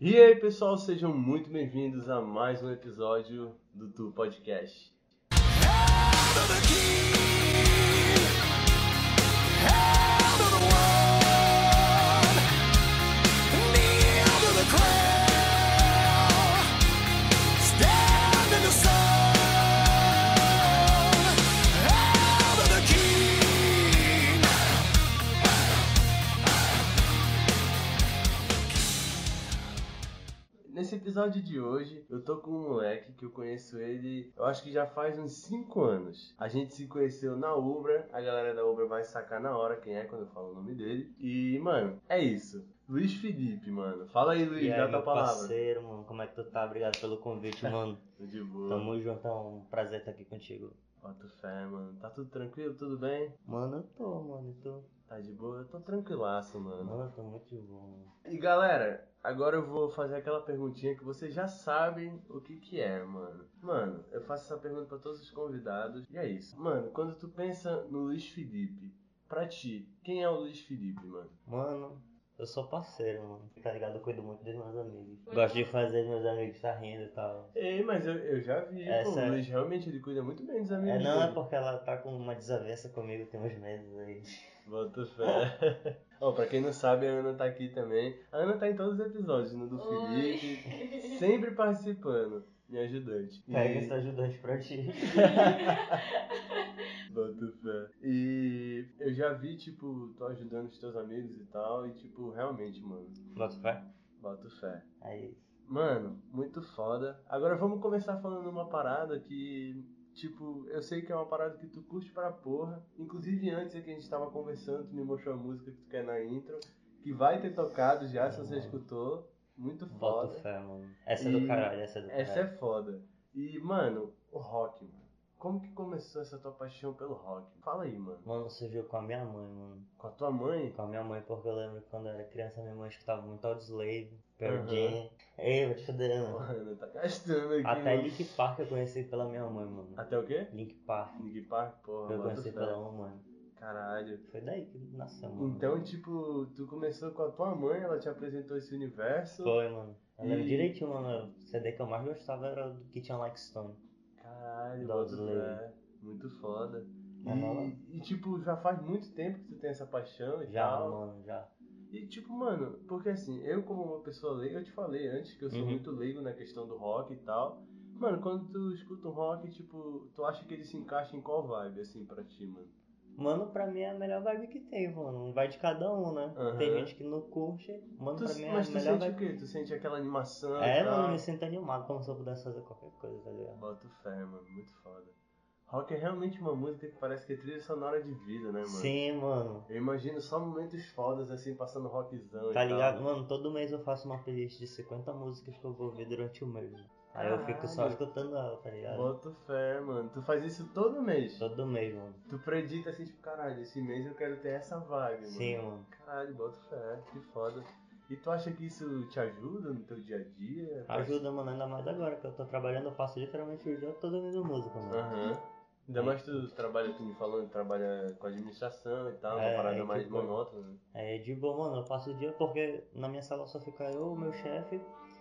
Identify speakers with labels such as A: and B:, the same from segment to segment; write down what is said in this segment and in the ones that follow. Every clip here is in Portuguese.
A: E aí, pessoal, sejam muito bem-vindos a mais um episódio do Tu Podcast. Nesse episódio de hoje, eu tô com um moleque que eu conheço ele, eu acho que já faz uns 5 anos. A gente se conheceu na Ubra, a galera da Ubra vai sacar na hora quem é quando eu falo o nome dele. E, mano, é isso. Luiz Felipe, mano. Fala aí, Luiz,
B: E
A: dá
B: aí,
A: tua
B: meu
A: palavra.
B: parceiro, mano, como é que tu tá? Obrigado pelo convite, mano.
A: Tudo de boa.
B: Tamo junto, é um prazer estar aqui contigo.
A: Bota fé, mano. Tá tudo tranquilo? Tudo bem?
B: Mano, eu tô, mano, eu tô.
A: Tá de boa? Eu tô tranquilaço, mano.
B: Mano, eu tô muito de bom.
A: E galera, agora eu vou fazer aquela perguntinha que vocês já sabem o que que é, mano. Mano, eu faço essa pergunta pra todos os convidados e é isso. Mano, quando tu pensa no Luiz Felipe, pra ti, quem é o Luiz Felipe, mano?
B: Mano, eu sou parceiro, mano. Tá ligado? Eu cuido muito dos meus amigos. Gosto de fazer meus amigos estar rindo e tal.
A: Ei, mas eu, eu já vi, pô,
B: Essa
A: o
B: é-
A: Luiz realmente ele cuida muito bem dos amigos.
B: É, não é
A: dele.
B: porque ela tá com uma desavença comigo tem uns meses aí.
A: Bota fé. Ó, pra quem não sabe, a Ana tá aqui também. A Ana tá em todos os episódios, no do
C: Oi.
A: Felipe, sempre participando, minha ajudante.
B: Pega
A: E-
B: esse ajudante pra ti.
A: Boto fé. E eu já vi, tipo, tu ajudando os teus amigos e tal, e tipo, realmente, mano,
B: Bota fé?
A: boto fé.
B: É isso.
A: Mano, muito foda. Agora vamos começar falando uma parada que, tipo, eu sei que é uma parada que tu curte pra porra. Inclusive antes é que a gente tava conversando, tu me mostrou a música que tu quer na intro, que vai ter tocado já, se você escutou. Muito foda.
B: Bota fé, mano. Essa é do
A: E-
B: caralho, essa é do caralho.
A: Essa é foda. E, mano, o rock, mano. Como que começou essa tua paixão pelo rock? Fala aí, mano.
B: Mano, surgiu com a minha mãe, mano.
A: Com a tua mãe?
B: Com a minha mãe, porque eu lembro que quando eu era criança, minha mãe escutava muito Audioslave, Pearl
A: Aham.
B: Jam. Ei, vou te fuder, mano.
A: Mano, tá gastando aqui.
B: Até
A: mano.
B: Link Park eu conheci pela minha mãe, mano.
A: Até o quê?
B: Link Park
A: Nick Park, porra.
B: eu
A: bota
B: conheci
A: fé.
B: pela minha mãe.
A: Caralho.
B: Foi daí que nasceu, mano.
A: Então, tipo, tu começou com a tua mãe, ela te apresentou esse universo.
B: Foi, mano. Eu lembro
A: E-
B: direitinho, mano. O CD que eu mais gostava era o do Kitchen Like Stone.
A: Caralho,
B: Da
A: bota
B: Slay.
A: fé. Muito foda.
B: Mas não-
A: E, e, tipo, já faz muito tempo que tu tem essa paixão e
B: Já,
A: tal.
B: mano, já.
A: E tipo, mano, porque assim, eu como uma pessoa leiga, eu te falei antes que eu sou
B: Uhum.
A: muito leigo na questão do rock e tal. Mano, quando tu escuta um rock, tipo, tu acha que ele se encaixa em qual vibe, assim, pra ti, mano?
B: Mano, pra mim é a melhor vibe que tem, mano. Vai de cada um, né?
A: Aham.
B: Tem gente que não curte. Mano,
A: Tu-
B: pra mim é a
A: mas tu
B: melhor
A: sente Ah, tá. o quê?
B: vibe.
A: Tu sente aquela animação
B: É,
A: e tal?
B: mano, eu me sinto animado como se eu pudesse fazer qualquer coisa, tá ligado?
A: Boto fé, mano, muito foda. Rock é realmente uma música que parece que é trilha sonora de vida, né, mano?
B: Sim, mano.
A: Eu imagino só momentos fodas, assim, passando rockzão e
B: Tá
A: tal.
B: ligado? Mano, todo mês eu faço uma playlist de 50 músicas que eu vou ouvir durante o mês. mano. Aí eu fico só
A: Caralho.
B: escutando ela, tá ligado?
A: Boto fé, mano. Tu faz isso todo mês.
B: Todo mês, mano.
A: Tu predita assim, tipo, caralho, esse mês eu quero ter essa vibe, mano.
B: Sim, mano.
A: Caralho, boto fé, que foda. E tu acha que isso te ajuda no teu dia a dia?
B: Ajuda, mano, ainda mais agora que eu tô trabalhando, eu passo literalmente o dia todo ouvindo música, mano.
A: Aham.
B: É.
A: Ainda mais tu trabalha, tu me falando, tu trabalha com administração e tal, uma
B: É,
A: parada
B: é,
A: mais
B: tipo-
A: monótona. né?
B: É de boa, mano, eu passo o dia porque na minha sala só fica eu, o meu chefe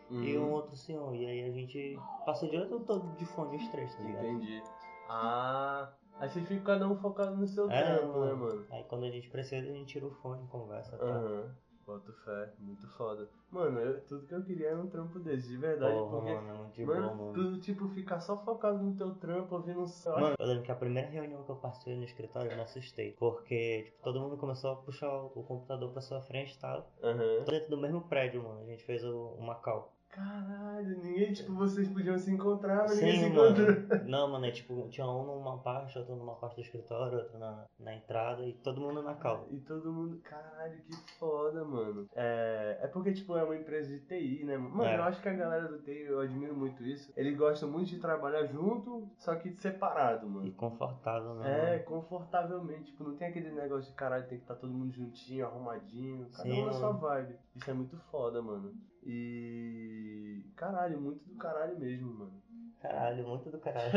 B: e
A: Uhum.
B: um outro senhor. E aí a gente passa o dia todo- todo de fone, os três, tá ligado?
A: Entendi. Ah, aí vocês ficam cada um focado no seu
B: É,
A: trampo, né,
B: mano.
A: mano?
B: Aí quando a gente precisa, a gente tira o fone, conversa, tá?
A: Aham. Boto fé, muito foda. Mano, eu- tudo que eu queria era um trampo desse, de verdade,
B: Porra,
A: porque.
B: mano, é muito de boa,
A: mano,
B: mano.
A: tu, tipo, ficar só focado no teu trampo, ouvindo um som.
B: Mano, eu lembro que a primeira reunião que eu participei no escritório eu me assustei. Porque, tipo, todo mundo começou a puxar o, o computador pra sua frente e tal.
A: Aham.
B: Tô dentro do mesmo prédio, mano. A gente fez o, uma call.
A: Caralho, ninguém, tipo, vocês podiam se encontrar, Ah, mas ninguém se
B: Sim,
A: encontrou.
B: mano. Não, mano, é tipo, tinha um numa parte, outro numa parte do escritório, outro na, na entrada e todo mundo na call.
A: E todo mundo, caralho, que foda, mano. É, é porque, tipo, é uma empresa de TI, né? Mano,
B: É.
A: eu acho que a galera do TI, eu admiro muito isso. Eles gostam muito de trabalhar junto, só que separado,
B: E
A: mano.
B: confortável, né?
A: É, confortavelmente. Tipo, não tem aquele negócio de caralho, tem que estar todo mundo juntinho, arrumadinho. Cada
B: Sim,
A: um na
B: mano.
A: sua vibe. Isso é muito foda, mano. E. Caralho, muito do caralho mesmo, mano.
B: mano? Caralho, muito do caralho.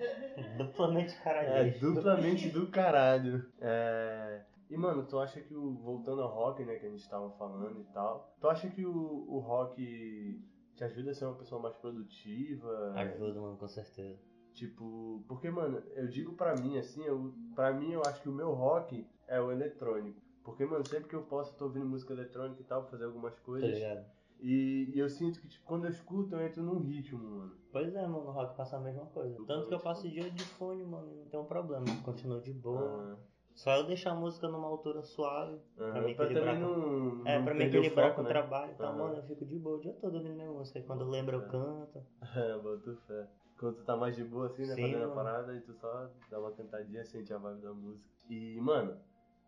B: Duplamente caralho.
A: É, duplamente do caralho. É. E, mano, tu acha que o. Voltando ao rock, né, que a gente tava falando e tal. Tu acha que o, o rock te ajuda a ser uma pessoa mais produtiva?
B: Ajuda, mano, com certeza. tá
A: Tipo, porque, mano, eu digo pra mim, assim, eu, pra mim eu acho que o meu rock é o eletrônico. Porque, mano, sempre que eu posso, eu tô ouvindo música eletrônica e tal, pra fazer algumas
B: Tá
A: coisas.
B: ligado?
A: E, e eu sinto que, tipo, quando eu escuto, eu entro num ritmo, mano.
B: Pois é, mano, no rock passa a mesma coisa. Tanto que eu passo dia de fone, mano, e não tem um problema. Continuo de boa.
A: Ah,
B: Só eu deixar a música numa altura suave.
A: aham,
B: Pra me
A: pra
B: equilibrar
A: também não.
B: É,
A: não
B: pra me
A: perder o
B: equilibrar
A: foco,
B: com o
A: né?
B: trabalho. Então,
A: Aham.
B: mano, eu fico de boa o dia todo ouvindo minha música. Aí quando eu lembro, eu canto.
A: É, boto fé. Quando tu tá mais de boa, assim, né?
B: Sim,
A: fazendo a
B: mano.
A: parada, aí tu só dá uma cantadinha, sente a vibe da música. E, mano,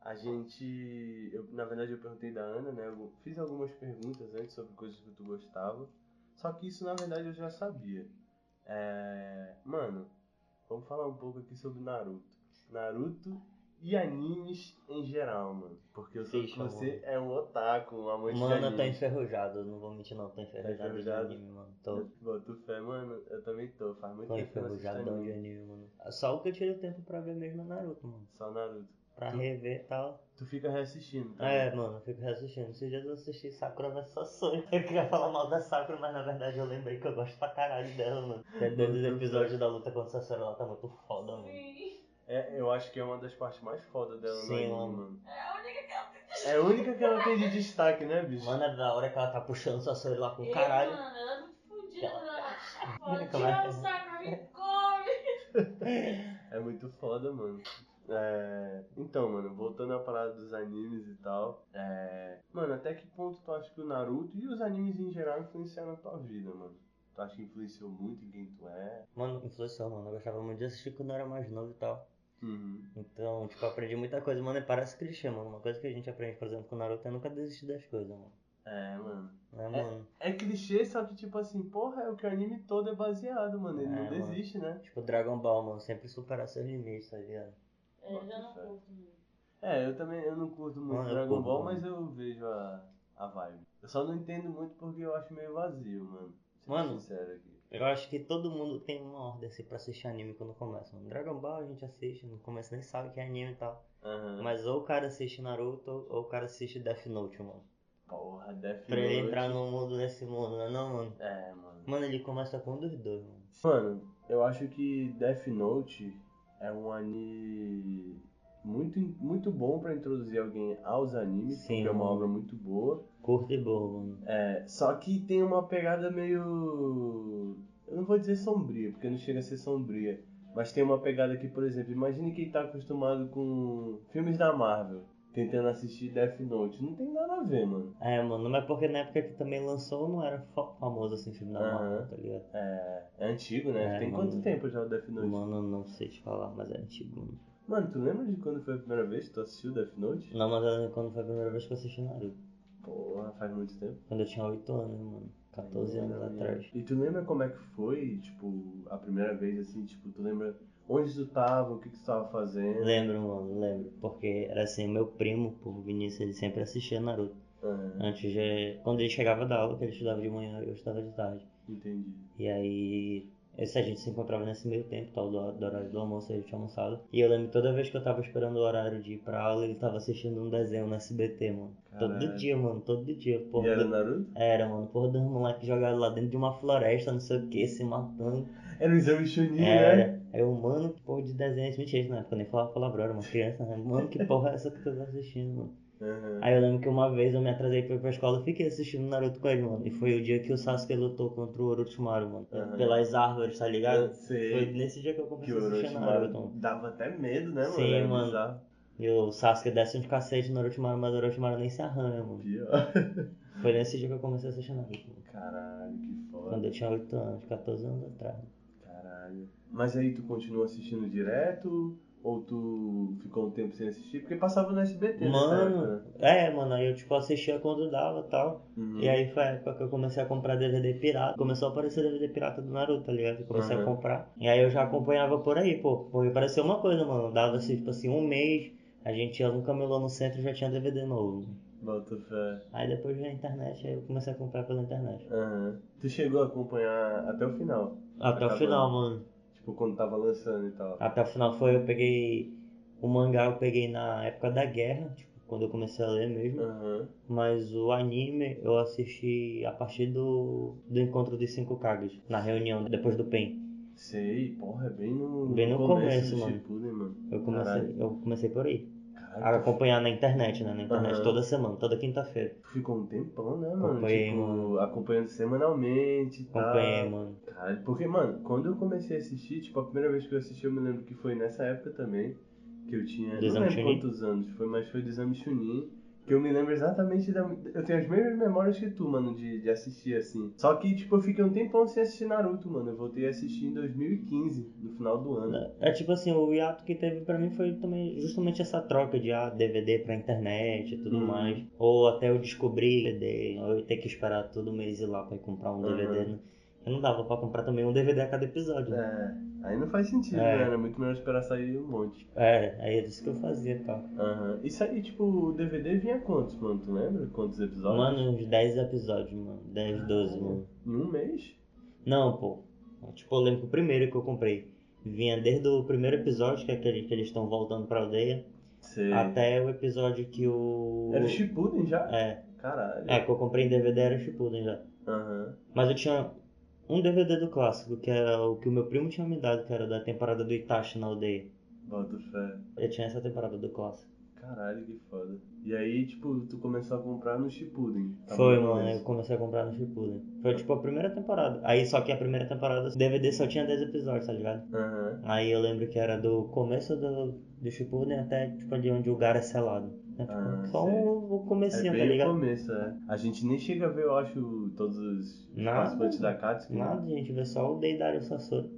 A: a gente. Eu, na verdade, eu perguntei da Ana, né? Eu fiz algumas perguntas antes sobre coisas que tu gostava. Só que isso, na verdade, eu já sabia. É. Mano, vamos falar um pouco aqui sobre Naruto. Naruto. E animes em geral, mano. Porque eu sei
B: Ixi,
A: que você é um otaku, um amante de
B: Mano, tá eu
A: anime.
B: tô enferrujado. eu Não vou mentir, não. Tô enferrujado de
A: enferrujado?
B: anime, mano. Tô,
A: Boto fé, mano. Eu também tô. Faz muito
B: tô
A: tempo que eu não assisto
B: enferrujadão
A: anime.
B: de anime, mano. Só o que eu tirei o tempo pra ver mesmo é Naruto, mano.
A: Só Naruto.
B: Pra
A: Tu-
B: rever e tal.
A: Tu fica reassistindo. tá?
B: Ah, é, mano, eu fico reassistindo. Esses dias eu assisti Sakura vs Sasori. Eu queria falar mal da Sakura, mas na verdade eu lembrei que eu gosto pra caralho dela, mano.
A: É
B: Desde os episódios da luta contra a Sasori, ela tá muito foda, mano.
C: Sim.
A: É, eu acho que é uma das partes mais foda dela no
B: Sim,
A: anime,
B: mano.
A: mano.
C: É a única que ela tem.
A: É a única que ela tem de destaque, né, bicho?
B: Mano, é da hora que ela tá puxando Sasori lá com
C: Ei,
B: caralho.
C: Mano, ela é muito fodida. ela- Pode
B: Como é
C: tirar
B: que
C: o
B: é?
C: saco e come.
A: É muito foda, mano. É... Então, mano, voltando à parada dos animes e tal. É... Mano, até que ponto tu acha que o Naruto e os animes em geral influenciaram a tua vida, mano? Tu acha que influenciou muito em quem tu é?
B: Mano, influenciou, mano. Eu gostava muito de assistir quando eu era mais novo e tal.
A: Uhum.
B: Então, tipo, eu aprendi muita coisa, mano. E parece clichê, mano. Uma coisa que a gente aprende, por exemplo, com Naruto é nunca desistir das coisas, mano.
A: É, mano.
B: Né, mano?
A: É clichê, só que tipo assim, porra, é o que o anime todo é baseado, mano. Ele
B: É,
A: não
B: mano.
A: desiste, né?
B: Tipo, Dragon Ball, mano. Sempre superar seus limites, tá ligado?
C: É, eu já não
A: Bota fé.
C: curto muito.
A: É, eu também eu não curto muito
B: Ah, eu
A: Dragon
B: curto,
A: Ball,
B: mano.
A: mas eu vejo a, a vibe. Eu só não entendo muito porque eu acho meio vazio, mano. Sendo
B: Mano.
A: sincero aqui.
B: Eu acho que todo mundo tem uma ordem assim pra assistir anime quando começa. mano. Dragon Ball a gente assiste, no começo nem sabe que é anime e tal.
A: Aham.
B: Mas ou o cara assiste Naruto ou o cara assiste Death Note, mano.
A: Porra, Death
B: Pra ele
A: Note.
B: entrar no mundo nesse mundo, né não, mano?
A: É, mano.
B: Mano, ele começa com um dos dois, mano.
A: Mano, eu acho que Death Note é um anime muito, muito bom pra introduzir alguém aos animes,
B: Sim,
A: porque é uma
B: mano.
A: obra muito boa.
B: Curto e bom, mano.
A: É, só que tem uma pegada meio. Eu não vou dizer sombria, porque não chega a ser sombria. Mas tem uma pegada que, por exemplo, imagine quem tá acostumado com filmes da Marvel, tentando assistir Death Note. Não tem nada a ver, mano.
B: É, mano, mas porque na época que também lançou não era fa- famoso assim filme da
A: Aham.
B: Marvel, tá ligado?
A: É, é antigo, né?
B: É,
A: tem
B: mano.
A: quanto tempo já o Death Note? Mano.
B: Mano, não sei te falar, mas é antigo, mano.
A: tu lembra de quando foi a primeira vez que tu assistiu Death Note?
B: Não, mas era quando foi a primeira vez que eu assisti Naruto.
A: Porra, faz muito tempo.
B: Quando eu tinha 8 anos, mano. 14 anos
A: Lembra,
B: atrás.
A: E tu lembra como é que foi, tipo, a primeira vez, assim, tipo, tu lembra onde tu tava, o que, que tu tava fazendo?
B: Lembro, mano, lembro. Porque era assim, meu primo, por Vinícius, ele sempre assistia Naruto.
A: É,
B: Antes de. Quando ele chegava da aula, que ele estudava de manhã, eu estudava de tarde.
A: entendi.
B: E aí. Esse, a gente se encontrava nesse meio tempo, tal, do, do horário do almoço, a gente almoçava. E eu lembro toda vez que eu tava esperando o horário de ir pra aula, ele tava assistindo um desenho no SBT, mano.
A: Caralho.
B: Todo dia, mano, todo dia.
A: E
B: Porra,
A: era
B: do...
A: Naruto?
B: Era, mano, porra dos moleques jogados lá dentro de uma floresta, não sei o que, se matando.
A: Era o exame Chunin, né?
B: Era. Aí eu, mano, que porra de desenho é esse? Mentira, na época eu nem falava palavrão, era uma criança, né? Mano, que porra é essa que eu tô assistindo, mano?
A: Aham.
B: Aí eu lembro que uma vez eu me atrasei pra ir pra escola e fiquei assistindo Naruto com ele, mano. E foi o dia que o Sasuke lutou contra o Orochimaru, mano.
A: Aham.
B: Pelas árvores, tá ligado?
A: Eu sei.
B: Foi nesse dia que eu
A: Que
B: comecei
A: o
B: a assistir Naruto,
A: Orochimaru
B: mano.
A: dava até medo, né, mano?
B: Sim,
A: Era
B: mano.
A: bizarro.
B: E o Sasuke desce uns cacete no Orochimaru, mas o Orochimaru nem se arranha, mano.
A: Pior.
B: Foi nesse dia que eu comecei a assistir Naruto, mano.
A: Caralho, que
B: Quando
A: foda.
B: eu tinha 8 anos, 14 anos atrás.
A: Caralho. Mas aí tu continua assistindo direto? Ou tu ficou um tempo sem assistir? Porque passava no SBT, nessa época, né?
B: Mano, é, mano, aí eu tipo assistia quando dava e tal.
A: Uhum.
B: E aí foi a época que eu comecei a comprar DVD pirata. Começou a aparecer DVD pirata do Naruto, tá ligado? Eu comecei
A: Aham.
B: a comprar. E aí eu já acompanhava por aí, pô. Porque parecia uma coisa, mano. Dava assim, tipo assim, um mês. A gente ia no camelô no centro e já tinha DVD novo.
A: Bota fé.
B: Aí depois veio a internet, aí eu comecei a comprar pela internet.
A: Aham. Tu chegou a acompanhar até o final.
B: Até
A: Acabou.
B: o final, mano. Ah.
A: Tipo, quando tava lançando e tal.
B: Até o final foi eu peguei O mangá eu peguei na época da guerra, tipo, quando eu comecei a ler
A: Uhum.
B: mesmo.
A: Aham.
B: Mas o anime eu assisti a partir do, do encontro dos cinco Kagas, na reunião, depois do PEN.
A: Sei, porra, é bem no,
B: Bem no começo,
A: do
B: mano.
A: Shippuden, mano.
B: Eu comecei,
A: Caralho.
B: eu comecei por aí. A
A: Caralho,
B: acompanhar na internet, né? Na internet
A: Aham.
B: toda semana, toda quinta-feira.
A: ficou um tempão, né, mano?
B: Acompanhei,
A: tipo,
B: mano.
A: acompanhando semanalmente e tal.
B: Acompanhei, mano.
A: Caralho, porque, mano, quando eu comecei a assistir, tipo, a primeira vez que eu assisti, eu me lembro que foi nessa época também, que eu tinha,
B: Do
A: não
B: Exame
A: lembro
B: Chunin?
A: quantos anos, foi, mas foi do Exame Chunin, que eu me lembro exatamente da... Eu tenho as mesmas memórias que tu, mano, de, de assistir, assim. Só que, tipo, eu fiquei um tempão sem assistir Naruto, mano, eu voltei a assistir em 2015, no final do ano.
B: É tipo assim, o hiato que teve pra mim foi também justamente essa troca de ah, DVD pra internet e tudo
A: Uhum.
B: mais. Ou até eu descobrir DVD, ou eu ter que esperar todo mês ir lá pra comprar um DVD.
A: Uhum.
B: né? Eu não dava pra comprar também um DVD a cada episódio. né?
A: É, aí não faz sentido,
B: É.
A: né? Era muito melhor esperar sair um monte.
B: É, aí é isso que eu fazia, pá.
A: Aham. Isso aí, tipo, o DVD vinha quantos, mano? Tu lembra? Quantos episódios?
B: Mano, uns 10 episódios, mano. 10, 12,
A: Caralho.
B: mano.
A: Em um mês?
B: Não, pô. Tipo, eu lembro que o primeiro que eu comprei vinha desde o primeiro episódio, que é aquele que eles estão voltando pra aldeia,
A: Sei.
B: até o episódio que o.
A: Era o Shippuden já?
B: É,
A: Caralho.
B: é, que eu comprei em DVD era Shippuden já.
A: Aham.
B: Mas eu tinha um DVD do clássico, que era o que o meu primo tinha me dado, que era da temporada do Itachi na aldeia.
A: Bota fé.
B: Eu tinha essa temporada do clássico.
A: Caralho, que foda. E aí, tipo, tu começou a comprar no Shippuden. tá
B: Foi,
A: bom,
B: mano,
A: né?
B: eu comecei a comprar no Shippuden. Foi tipo a primeira temporada. Aí só que a primeira temporada, o DVD só tinha 10 episódios, tá ligado?
A: Aham.
B: Aí eu lembro que era do começo do, do Shippuden até tipo ali onde o Gara é selado. É, tipo,
A: Ah,
B: só
A: sei.
B: o, o
A: É
B: comecinho, tá
A: bem o
B: ligado?
A: começo, é. A gente nem chega a ver, eu acho, todos os
B: Nada.
A: participantes da Katsuki. né? É,
B: Nada, a gente vê só o Deidario Sasori.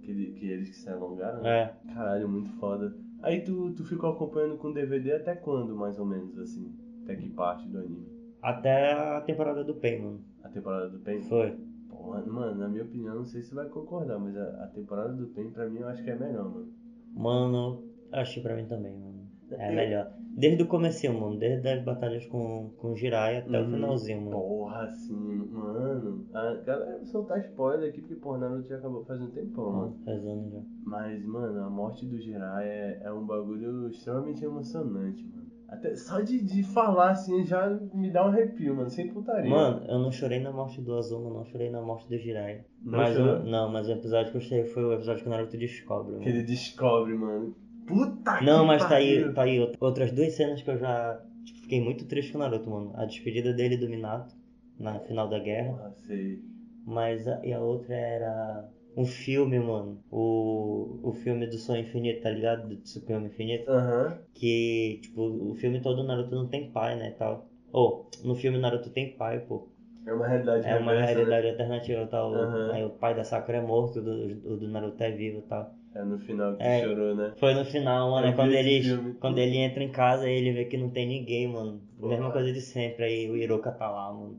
A: Que, ele- que eles que se alongaram. né?
B: É.
A: Caralho, muito foda. Aí tu, tu ficou acompanhando com DVD até quando, mais ou menos, assim? Até que parte do anime?
B: Até a temporada do Pain, mano.
A: A temporada do Pen?
B: Foi.
A: Pô, mano, mano, na minha opinião, não sei se você vai concordar, mas a, a temporada do Pen, pra mim, eu acho que é a melhor, mano.
B: Mano, achei pra mim também, mano. É
A: Eu-
B: melhor. Desde o comecinho, mano. Desde as batalhas com, com o Jiraiya até o
A: Uhum.
B: finalzinho, mano.
A: Porra, assim, mano. A galera, vou soltar spoiler aqui, porque, porra, Naruto já acabou faz um tempão, mano.
B: Faz anos já.
A: Mas, mano, a morte do Jiraiya é, é um bagulho extremamente emocionante, mano. Até só de, de falar, assim, já me dá um arrepio, mano, sem putaria.
B: Mano, eu não chorei na morte do Azuma, não chorei na morte do Jiraiya.
A: Não
B: mas
A: chorou?
B: o- não, mas o episódio que eu chorei foi o episódio que o Naruto descobre, mano.
A: Que ele descobre, mano. Puta
B: Não,
A: que
B: mas tá aí,
A: pariu.
B: tá aí out- outras duas cenas que eu já tipo, fiquei muito triste com o Naruto, mano. A despedida dele do Minato na final da guerra,
A: Ah, sei.
B: mas a, e a outra era um filme, mano. O, o filme do Sonho Infinito, tá ligado? Do Supremo Infinito.
A: Aham.
B: Que, tipo, o filme todo o Naruto não tem pai, né, e tal. Ou, no filme Naruto tem pai, pô.
A: É uma realidade
B: É uma
A: reversa, né?
B: realidade alternativa, tal.
A: Aham.
B: Aí o pai da Sakura é morto, o do, o do Naruto é vivo, tal.
A: É no final que
B: É.
A: chorou, né?
B: Foi no final, mano.
A: Eu
B: é quando
A: vi esse
B: ele,
A: filme.
B: quando ele entra em casa e ele vê que não tem ninguém, mano.
A: Porra.
B: Mesma coisa de sempre. Aí o Iroka tá lá, mano.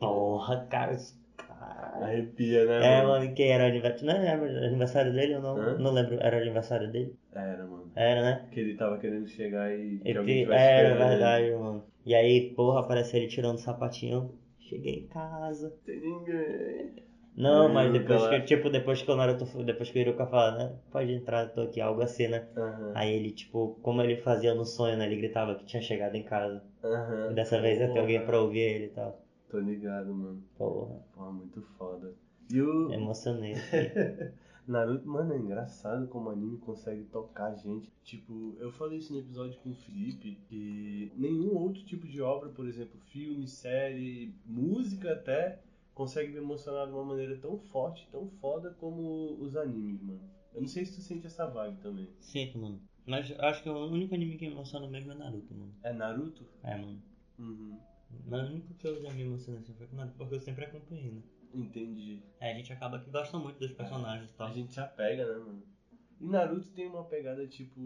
B: Porra, cara. isso- Caralho.
A: Arrepia, né,
B: É,
A: É, mano?
B: mano, que era aniversário. Não era aniversário dele ou não?
A: Hã?
B: Não lembro. Era aniversário dele?
A: Era, mano.
B: Era, né?
A: Que ele tava querendo chegar e que
B: Ele-
A: alguém tivesse
B: era,
A: esperando ele.
B: verdade, mano. E aí, porra, aparece ele tirando o sapatinho. Cheguei em casa.
A: Tem ninguém.
B: Não,
A: Aí
B: mas
A: o
B: depois
A: Iroka
B: que, tipo, depois que o Naruto, depois que o Iroka fala, né? Pode entrar, tô aqui, algo assim, né?
A: Aham.
B: Aí ele, tipo, como ele fazia no sonho, né? Ele gritava que tinha chegado em casa.
A: Aham.
B: E dessa vez ia ter
A: Porra.
B: alguém pra ouvir ele e tal.
A: Tô ligado, mano.
B: Porra,
A: Porra, muito foda. E o
B: me emocionei.
A: Naruto, mano, é engraçado como o anime consegue tocar a gente. Tipo, eu falei isso no episódio com o Felipe, que nenhum outro tipo de obra, por exemplo, filme, série, música até, consegue me emocionar de uma maneira tão forte, tão foda como os animes, mano. Eu não sei se tu sente essa vibe também.
B: Sinto, mano. Mas acho que o único anime que me emociona mesmo é Naruto, mano.
A: É Naruto?
B: É, mano.
A: Uhum.
B: Mas o único que eu já me emocionei assim foi com Naruto, porque eu sempre acompanhei, né?
A: Entendi.
B: É, a gente acaba que gosta muito dos personagens e
A: A
B: tal.
A: gente se apega, né, mano? E Naruto tem uma pegada tipo.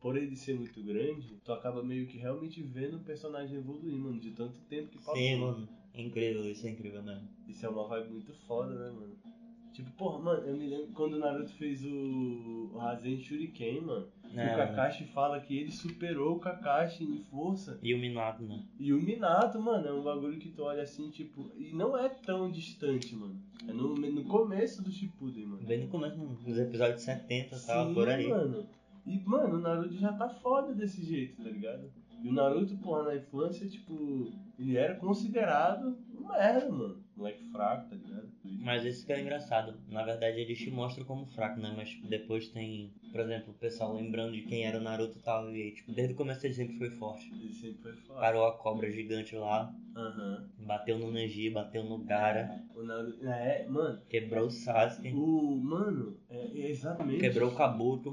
A: Por ele ser muito grande, tu acaba meio que realmente vendo o personagem evoluir, mano, de tanto tempo que passou.
B: Sim, mano. É incrível, isso é incrível mesmo.
A: Isso é uma vibe muito foda, né, mano? Tipo, porra, mano, eu me lembro quando o Naruto fez o, o Rasen Shuriken, mano. que o
B: É, mano.
A: Kakashi fala que ele superou o Kakashi em força.
B: E o Minato, né?
A: E o Minato, mano, é um bagulho que tu olha assim, tipo. E não é tão distante, mano. É no, no começo do Shippuden, mano.
B: né? Bem no começo, mano. Nos episódios 70 e tal,
A: Sim,
B: tá por aí.
A: mano. E, mano, o Naruto já tá foda desse jeito, tá ligado? E o Naruto, porra, na infância, tipo, ele era considerado um merda, mano. Moleque fraco, tá ligado?
B: Mas isso que é engraçado. Na verdade, eles te mostram como fraco, né? Mas tipo, depois tem, por exemplo, o pessoal lembrando de quem era o Naruto e tal. E aí, tipo, desde o começo ele sempre foi forte.
A: Ele sempre foi foda.
B: Parou a cobra gigante lá,
A: Aham.
B: bateu no Neji, bateu no Gara,
A: O Naruto. É, mano.
B: quebrou o Sasuke,
A: O. Mano, é, é exatamente.
B: quebrou o Kabuto.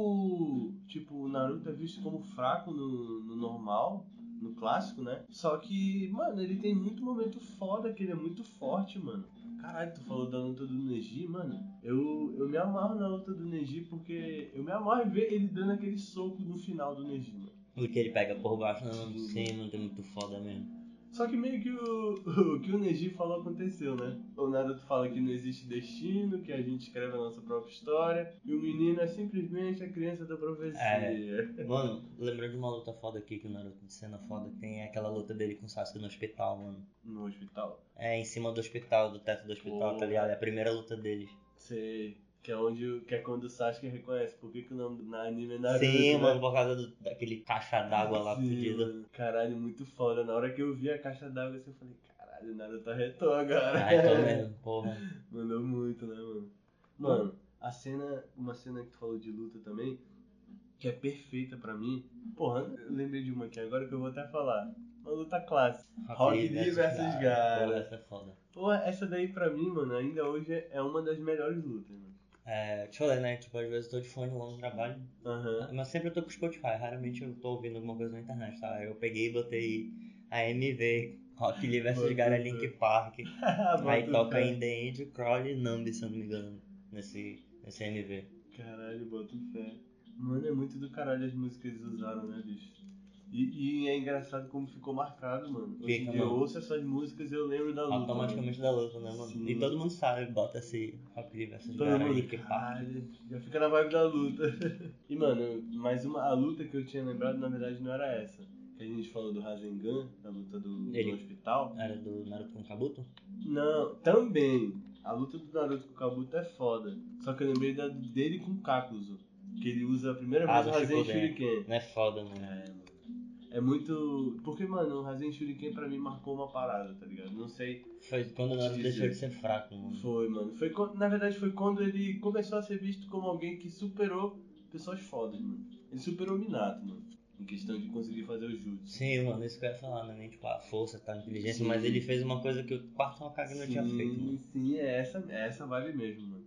A: Como, tipo, o Naruto é visto como fraco no, no normal, no clássico, né? Só que, mano, ele tem muito momento foda que ele é muito forte, mano. Caralho, tu falou da luta do Neji, mano. Eu, eu me amarro na luta do Neji porque eu me amarro em ver ele dando aquele soco no final do Neji, mano.
B: Porque ele pega por baixo, não, por cima, que é muito foda mesmo.
A: Só que meio que o, o que o Neji falou aconteceu, né? O Naruto fala que não existe destino, que a gente escreve a nossa própria história, e o menino é simplesmente a criança da profecia.
B: É. Mano, lembrando de uma luta foda aqui que o Naruto de cena foda que tem, é aquela luta dele com o Sasuke no hospital, mano.
A: No hospital.
B: É, em cima do hospital, do teto do hospital,
A: Pô.
B: tá ligado? É a primeira luta deles.
A: Sei. Que é onde o- que é quando o Sasuke reconhece. Por que, que o nome do na anime é Naruto?
B: Sim,
A: né?
B: mano, por causa do- daquele caixa d'água lá
A: Sim,
B: fudida.
A: mano. Caralho, muito foda. Na hora que eu vi a caixa d'água, assim, eu falei, caralho, o Naruto arretou agora.
B: Ai, tô mesmo, porra.
A: Mandou muito, né,
B: Hum.
A: mano? Mano, a cena. Uma cena que tu falou de luta também, que é perfeita pra mim. Porra, eu lembrei de uma aqui agora que eu vou até falar. Uma luta clássica. Rock Lee versus Gaara.
B: Porra, essa é foda.
A: Porra, essa daí pra mim, mano, ainda hoje é uma das melhores lutas, mano.
B: É, deixa eu ler, né? Tipo, às vezes eu tô de fone lá no trabalho.
A: Aham.
B: Mas sempre eu tô com Spotify. Raramente eu tô ouvindo alguma coisa na internet, tá? Aí Eu peguei e botei a MV. Rock Lee vs
A: Bota
B: Gara
A: fé.
B: Link Park. Aí
A: Bota
B: toca
A: fé.
B: em The End, Crawl e Numb, se eu não me engano. Nesse, nesse MV.
A: Caralho, boto fé. Mano, é muito do caralho as músicas que eles usaram, né, bicho? E, e é engraçado como ficou marcado, mano. Hoje em
B: Fica,
A: dia eu
B: mano.
A: ouço essas músicas e eu lembro da luta.
B: Automaticamente da luta, né, mano?
A: Sim.
B: E todo mundo sabe, bota esse Rock Lee vs
A: mano. Todo
B: Gara
A: mundo,
B: Link Park.
A: caralho, já fica na vibe da luta. E, mano, mais uma, a luta que eu tinha lembrado, na verdade, não era essa. Que a gente falou do Rasengan, da luta do, do
B: Ele-
A: hospital.
B: Era do Naruto com Kabuto?
A: Não, também. A luta do Naruto com o Kabuto é foda. Só que eu lembrei da, dele com o Kakuzu. Que ele usa a primeira
B: Ah,
A: vez
B: do
A: o Rasen
B: Shippuden.
A: Shuriken.
B: Não é foda, mano.
A: É, mano. É muito. Porque, mano, o Rasen Shuriken pra mim marcou uma parada, tá ligado? Não sei.
B: Foi quando o Naruto
A: Sim,
B: deixou
A: sim.
B: de ser fraco, mano.
A: Foi, mano. Foi quando, na verdade, foi quando ele começou a ser visto como alguém que superou pessoas fodas, mano. Ele superou o Minato, mano. Em questão de conseguir fazer o jutsu.
B: Sim, mano, isso que eu ia falar, não é nem tipo a força, tá, a inteligência,
A: Sim.
B: mas ele fez uma coisa que o quarto Hokage não tinha feito, mano.
A: Sim, sim, é essa, é essa vibe mesmo, mano.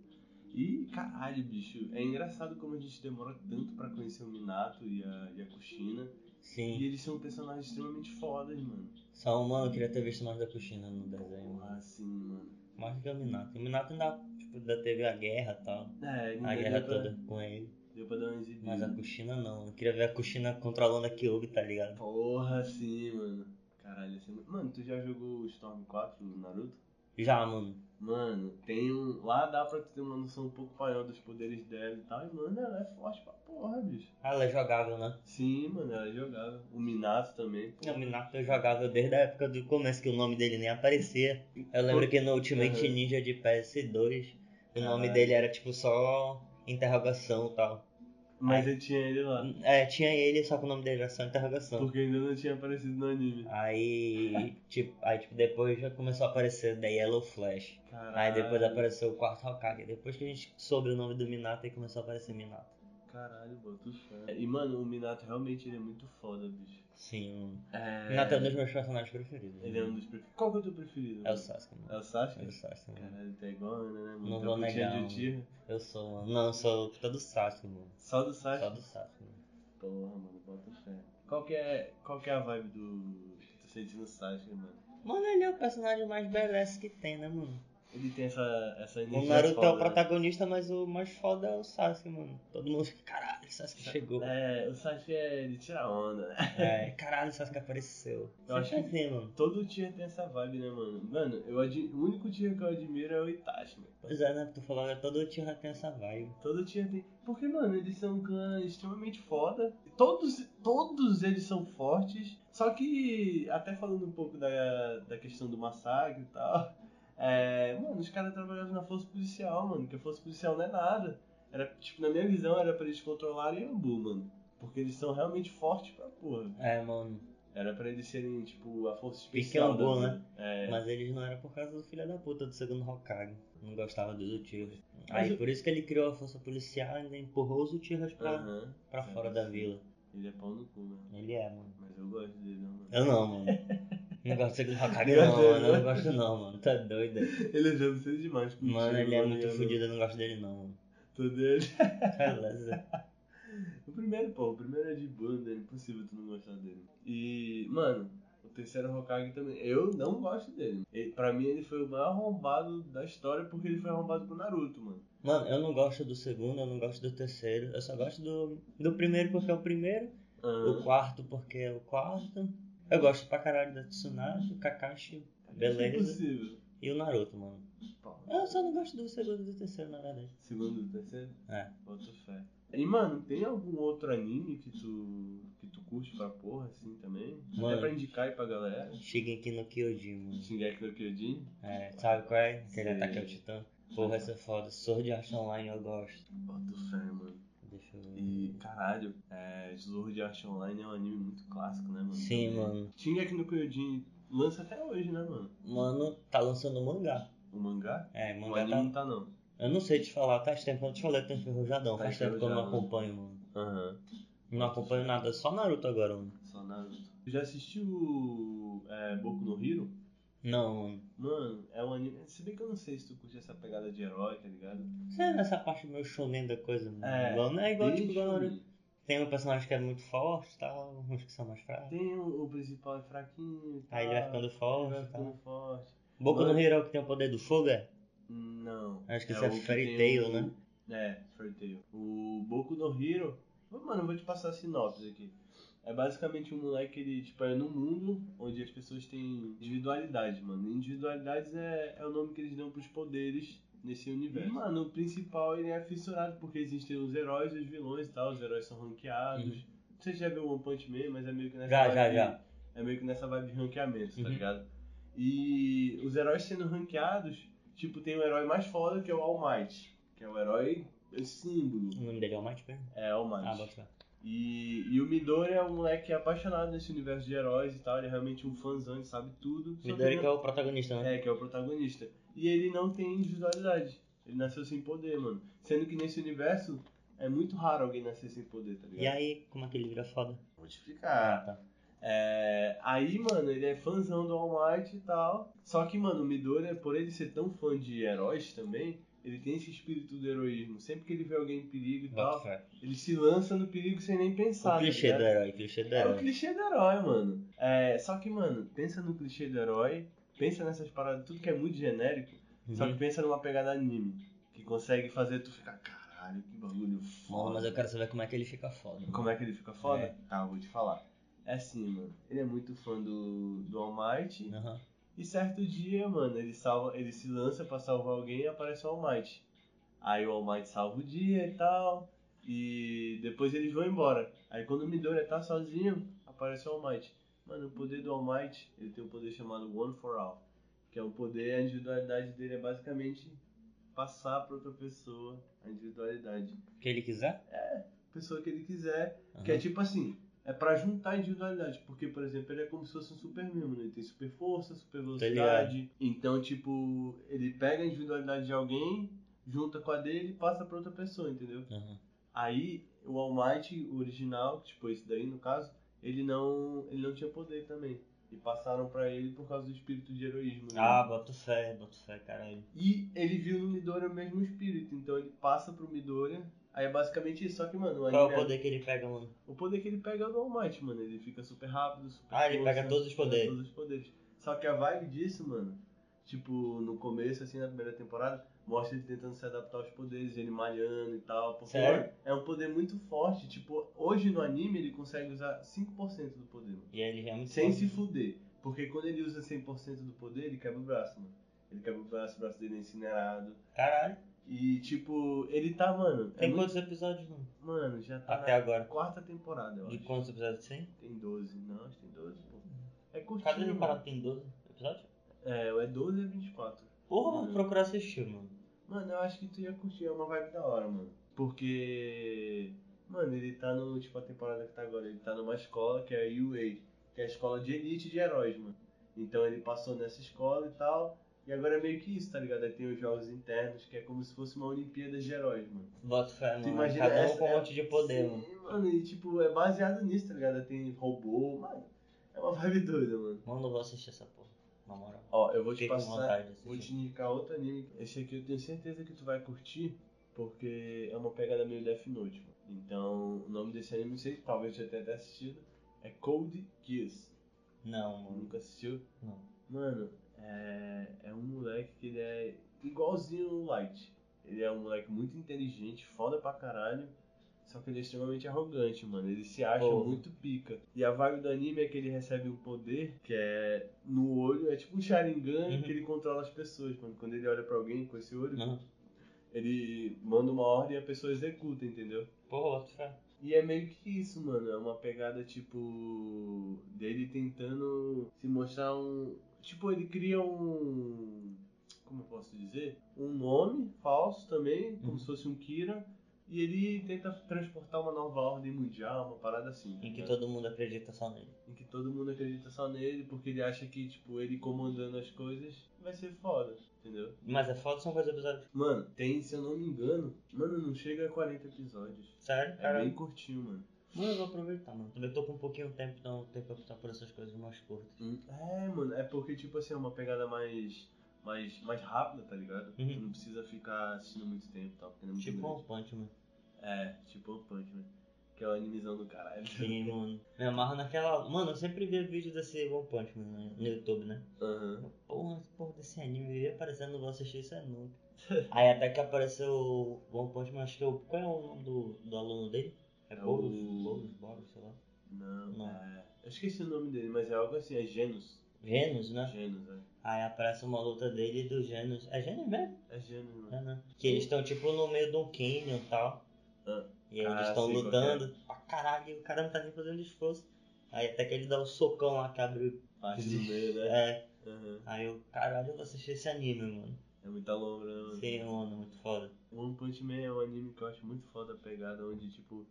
A: E caralho, bicho, é engraçado como a gente demora tanto pra conhecer o Minato e a, e a Kushina. E
B: Sim.
A: eles são personagens extremamente fodas, mano.
B: Só, mano, eu queria ter visto mais da Kushina no desenho, é, mano.
A: Porra, assim, mano.
B: Mais do que o Minato. O Minato ainda, tipo, ainda teve a guerra e tal.
A: É,
B: A
A: ninguém
B: guerra
A: deu pra-
B: toda com ele.
A: Deu pra dar uma exibida.
B: Mas a Kushina não. Eu queria ver a Kushina controlando a Kyogre, tá ligado?
A: Porra, sim, mano. Caralho, assim... Mano, tu já jogou o Storm 4 do Naruto?
B: Já, mano.
A: Mano, tem um... Lá dá pra tu ter uma noção um pouco maior dos poderes dela e tal. E, mano, ela é forte pra porra, bicho.
B: Ela é jogável, né?
A: Sim, mano, ela jogava. O Minato também. pô.
B: O Minato é jogável desde a época do começo, que o nome dele nem aparecia. Eu lembro que no Ultimate
A: Uhum.
B: Ninja de PS2, o nome
A: Caralho.
B: dele era, tipo, só interrogação e tal.
A: Mas eu tinha ele lá.
B: É, tinha ele, só que o nome dele era só interrogação.
A: Porque ainda não tinha aparecido no anime.
B: Aí, tipo, aí tipo, depois já começou a aparecer The Yellow Flash.
A: Caralho.
B: Aí depois apareceu o quarto Hokage. Depois que a gente soube o nome do Minato, aí começou a aparecer Minato.
A: Caralho, boto fé. E, mano, o Minato realmente ele é muito foda, bicho.
B: Sim, mano.
A: É...
B: Minato é um dos meus personagens preferidos. né?
A: Ele é um dos preferidos. Qual que é o teu preferido?
B: É o Sasuke, mano.
A: É o Sasuke?
B: É o Sasuke, mano.
A: Caralho, tá igual, né, mano?
B: Não
A: Tá
B: vou
A: putinha
B: negar,
A: de
B: mano.
A: tiro.
B: Eu sou, mano. Não, eu sou puta do Sasuke, mano.
A: Só do
B: Só
A: Sasuke?
B: do Sasuke, mano.
A: Porra, mano, bota fé. Qual que é, qual que é a vibe do. que tu sente no Sasuke, mano?
B: Mano, ele é o personagem mais badass que tem, né, mano?
A: Ele tem essa, essa energia.
B: O Naruto é
A: foda, né?
B: o protagonista, mas o mais foda é o Sasuke, mano. Todo mundo fica, caralho, o Sasuke chegou.
A: né? É, o Sasuke é de tirar onda, né?
B: É, caralho, o Sasuke apareceu.
A: Eu acho
B: Sempre assim, mano.
A: Todo dia tem essa vibe, né, mano? Mano, eu adi... o único dia que eu admiro é o Itachi, mano.
B: Pois é, né? Tu falou que todo Tira tem essa vibe.
A: Todo dia tem. Porque, mano, eles são clãs extremamente foda. Todos, todos eles são fortes. Só que, até falando um pouco da, da questão do massacre e tal. É, mano, os caras trabalhavam na força policial, mano. Que a força policial não é nada. Era, tipo, na minha visão, era pra eles controlarem Ambu, mano. Porque eles são realmente fortes pra porra.
B: É, mano.
A: Era pra eles serem, tipo, a força
B: Pique
A: especial.
B: Ambu,
A: da- É.
B: né? Mas eles não eram por causa do filho da puta do segundo Hokage. Não gostava dos Uchihas.
A: Mas
B: Aí
A: o-
B: por isso que ele criou a força policial e ainda empurrou os Uchihas pra,
A: Aham.
B: pra
A: É,
B: fora da vila.
A: Ele é pau no cu, mano.
B: Ele é, mano.
A: Mas eu gosto dele, não, mano.
B: Eu não, mano. Não gosto do segundo Hokage
A: Meu
B: não,
A: Deus,
B: mano. Eu não
A: né?
B: gosto não, mano. Tá doido.
A: Ele é japonês demais. com
B: Mano,
A: tiro,
B: ele é muito
A: eu não-
B: fodido, eu não gosto dele não, mano.
A: Tô dele.
B: Beleza.
A: O primeiro, pô, o primeiro é de banda, é impossível tu não gostar dele. E, mano, o terceiro é Hokage também. Eu não gosto dele. Ele, pra mim, ele foi o maior arrombado da história porque ele foi arrombado pro Naruto, mano.
B: Mano, eu não gosto do segundo, eu não gosto do terceiro. Eu só gosto do, do primeiro porque é o primeiro. O
A: Ah,
B: quarto porque é o quarto. Eu gosto pra caralho da Tsunade, o Kakashi beleza.
A: é
B: É.
A: Impossível.
B: e o Naruto, mano.
A: Pau.
B: Eu só não gosto do segundo e do terceiro, na verdade.
A: Segundo, terceiro?
B: É.
A: Boto fé. E, mano, tem algum outro anime que tu, que tu curte pra porra, assim, também? Até
B: Mano.
A: pra indicar aí pra galera.
B: Cheguei aqui no Kyojin, mano.
A: Shingeki no Kyojin.
B: É, sabe qual é? Aquele
A: Sei.
B: ataque ao titã. Porra, essa é foda. Sword Art Online eu gosto.
A: Boto fé, mano.
B: Deixa eu
A: E,
B: ver.
A: caralho, é, Sword Art Online é um anime muito clássico, né, mano?
B: Sim, mano.
A: Shingeki no Kyojin lança até hoje, né, mano?
B: Mano, tá lançando mangá.
A: O mangá?
B: É,
A: o
B: mangá
A: anime
B: tá.
A: não tá, não.
B: Eu não sei te falar, faz tempo, eu te falei, eu tô enferrujadão,
A: Tá
B: faz tempo que eu não
A: enferrujado, né?
B: acompanho, mano.
A: Aham.
B: Não acompanho nada, só Naruto agora, mano.
A: Só Naruto. Tu Já assistiu é, Boku no Hero?
B: Não, mano.
A: Mano, é um anime... Se bem que eu não sei se tu curte essa pegada de herói, tá ligado?
B: Você é nessa parte meio shonen da coisa, mano.
A: É.
B: Igual, não é igual, tipo,
A: Deixa
B: igual
A: eu
B: Naruto.
A: ver.
B: Tem um personagem que é muito forte e tal, uns que são mais fracos.
A: Tem o, o principal é fraquinho e
B: Aí ele vai
A: tal,
B: ficando
A: ele vai
B: forte e
A: ficando
B: tal.
A: forte.
B: Boku no
A: Mano.
B: Hero é o que tem o poder do fogo, é?
A: Não.
B: Acho que
A: É
B: isso é
A: o que
B: Fairy
A: tem
B: Tail,
A: o-
B: né?
A: É, Fairy Tail. O Boku no Hero. Ô, Mano, eu vou te passar a sinopse aqui. É basicamente um moleque, ele, tipo, é num mundo onde as pessoas têm individualidade, mano. Individualidades é, é o nome que eles dão pros poderes nesse universo. E, mano, o principal, ele é fissurado, porque existem os heróis e os vilões e tal. Os heróis são ranqueados. Não sei se já viu One Punch Man, mas é meio que nessa
B: Uhum. Já, já,
A: vibe-
B: já.
A: É meio que nessa vibe de ranqueamento, tá
B: Uhum.
A: ligado? E os heróis sendo ranqueados, tipo, tem o herói mais foda, que é o All Might. Que é o herói símbolo.
B: O nome dele é o Might mesmo?
A: É, All Might.
B: Ah, bota fé.
A: E, e o Midori é um moleque apaixonado nesse universo de heróis e tal, ele é realmente um fãzão, ele sabe tudo. Só que
B: Midori
A: ele
B: que é o protagonista, né?
A: é, que é o protagonista. E ele não tem individualidade. Ele nasceu sem poder, mano. Sendo que nesse universo é muito raro alguém nascer sem poder, tá ligado?
B: E aí, como é que ele vira foda?
A: Vou te explicar.
B: tá.
A: É, aí, mano, ele é fãzão do All Might e tal. Só que, mano, o Midori, por ele ser tão fã de heróis também, ele tem esse espírito do heroísmo. Sempre que ele vê alguém em perigo e
B: Bota
A: tal,
B: fé.
A: ele se lança no perigo sem nem pensar.
B: O
A: tá
B: clichê
A: ligado?
B: do herói, clichê do
A: É o
B: herói.
A: clichê do herói, mano. É, só que, mano, pensa no clichê do herói, pensa nessas paradas, tudo que é muito genérico, só que
B: Uhum.
A: pensa numa pegada anime, que consegue fazer tu ficar, caralho, que bagulho
B: Mano,
A: foda.
B: mas eu quero saber como é que ele fica foda.
A: Como é que ele fica foda?
B: É.
A: Tá, eu vou te falar. É assim, mano, ele é muito fã do, do All Might,
B: Aham.
A: e certo dia, mano, ele, salva, ele se lança pra salvar alguém e aparece o All Might. Aí o All Might salva o dia e tal. E depois eles vão embora. Aí quando o Midoriya tá sozinho, aparece o All Might. Mano, o poder do All Might, ele tem um poder chamado One for All. Que é um poder, a individualidade dele é basicamente passar pra outra pessoa a individualidade.
B: O que ele quiser?
A: Pessoa que ele quiser,
B: Aham.
A: que é tipo assim, é pra juntar individualidade. Porque, por exemplo, ele é como se fosse um Superman, mano. Ele tem super força, super velocidade. então, tipo, ele pega a individualidade de alguém, junta com a dele e passa pra outra pessoa, entendeu?
B: Aham.
A: Aí, o All Might o original, tipo esse daí no caso, ele não, ele não tinha poder também. E passaram pra ele por causa do espírito de heroísmo. né?
B: Ah, boto fé, boto fé, caralho.
A: E ele viu no Midoriya o mesmo espírito. Então ele passa pro Midoriya. Aí é basicamente isso. Só que, mano, o
B: Qual é
A: anime
B: o
A: é-
B: poder que ele pega, mano?
A: o poder que ele pega é o do All Might, mano. Ele fica super rápido, super
B: Ah, ele
A: força,
B: pega todos os
A: pega
B: poderes.
A: todos os poderes. Só que a vibe disso, mano, tipo, no começo, assim, na primeira temporada, mostra ele tentando se adaptar aos poderes, ele malhando e tal. Porque
B: Sério?
A: mano, é um poder muito forte. Tipo, hoje no anime ele consegue usar 5% do poder, mano.
B: E ele já é muito
A: Sem
B: foda.
A: se fuder. Porque quando ele usa 100% do poder, ele quebra o braço, mano. Ele quebra o braço, o braço dele é incinerado.
B: Caralho.
A: E, tipo, ele tá, mano. É
B: Tem
A: muito...
B: quantos episódios, mano?
A: Mano, já tá
B: Até
A: na
B: agora.
A: quarta temporada, eu acho.
B: De quantos episódios tem?
A: Tem 12, não, acho que tem 12, pô. É curtinho.
B: Cada
A: mano.
B: temporada tem 12 episódios?
A: É, ou é 12 ou é 24. Hum.
B: Porra, vou procurar assistir, mano.
A: Mano, eu acho que tu ia curtir, é uma vibe da hora, mano. Porque. Mano, ele tá no. Tipo, a temporada que tá agora, ele tá numa escola que é a UA, que é a escola de elite de heróis, mano. Então ele passou nessa escola e tal. E agora é meio que isso, tá ligado? Aí tem os jogos internos, que é como se fosse uma Olimpíada de heróis, mano.
B: Bota fé,
A: Tu
B: mano.
A: imagina
B: Cada um
A: essa-
B: com um monte de poder, mano.
A: Sim, mano, e tipo, é baseado nisso, tá ligado? Tem robô, mano. É uma vibe doida, mano.
B: Mano, eu vou assistir essa porra. Na moral.
A: Ó, eu vou te
B: Fiquei com
A: passar.
B: vontade de
A: Vou te
B: assistir.
A: indicar outro anime. Esse aqui eu tenho certeza que tu vai curtir, porque é uma pegada meio Death Note. mano. Então, o nome desse anime, não sei, talvez tu até tenha assistido, é Cold Kiss.
B: Não, mano.
A: Nunca assistiu?
B: Não.
A: Mano, é, é um moleque que ele é igualzinho o Light. Ele é um moleque muito inteligente, foda pra caralho. Só que ele é extremamente arrogante, mano. Ele se acha
B: Porra.
A: muito pica. E a vibe do anime é que ele recebe um poder que é no olho, é tipo um Sharingan
B: Uhum.
A: que ele controla as pessoas, mano. Quando ele olha pra alguém com esse olho,
B: Não.
A: ele manda uma ordem e a pessoa executa, entendeu?
B: Porra, bota fé.
A: E é meio que isso, mano. É uma pegada, tipo, dele tentando se mostrar um. Tipo, ele cria um. Como eu posso dizer? Um nome falso também, como
B: Uhum.
A: se fosse um Kira. E ele tenta transportar uma nova ordem mundial, uma parada assim. tá
B: Em que
A: ligado?
B: todo mundo acredita só nele.
A: em que todo mundo acredita só nele, porque ele acha que, tipo, ele comandando as coisas vai ser foda, entendeu?
B: Mas é foda são coisas bizarras.
A: Mano, tem, se eu não me engano, mano, não chega a 40 episódios.
B: Sério,
A: É
B: cara.
A: bem curtinho, mano.
B: Mano, eu vou aproveitar, mano. Também tô com um pouquinho de tempo, então eu tenho que optar por essas coisas mais curtas.
A: Hum, É, mano, é porque, tipo assim, é uma pegada mais. mais, mais rápida, tá ligado?
B: Uhum.
A: Tu não precisa ficar assistindo muito tempo e tal, porque não é muito
B: Tipo
A: grande.
B: um punch, mano.
A: É, tipo One Punch Man. Que é o animizão do caralho.
B: Sim, mano. Me amarro naquela. Mano, eu sempre via vídeo desse One Punch Man né, no YouTube, né?
A: Aham.
B: Porra, porra desse anime vivia aparecendo, não vou assistir isso é nunca. Aí até que apareceu o One Punch Man, acho que é o. Qual é o nome do, do aluno dele? É
A: É
B: Boros?
A: o-
B: Boros, Boros, sei lá.
A: Não,
B: Não.
A: é. Eu esqueci o nome dele, mas é algo assim, é Genus.
B: Gênus, né?
A: Genus, é.
B: Aí aparece uma luta dele e do Gênus. É Gênus mesmo?
A: É Genus, mano.
B: É, né? Que eles estão tipo no meio de um canyon e tal.
A: Ah.
B: E aí eles
A: Ah,
B: estão
A: sei qual
B: lutando pra caralho, e o cara não tá nem fazendo esforço. Aí até que ele dá um socão lá que abre.
A: Parte do meio, né?
B: É.
A: Aham.
B: Aí eu, caralho, eu vou assistir esse anime, mano.
A: É muita lombra, né, mano?
B: Sim, mano, muito foda.
A: One Punch Man é um anime que eu acho muito foda a pegada, onde, tipo,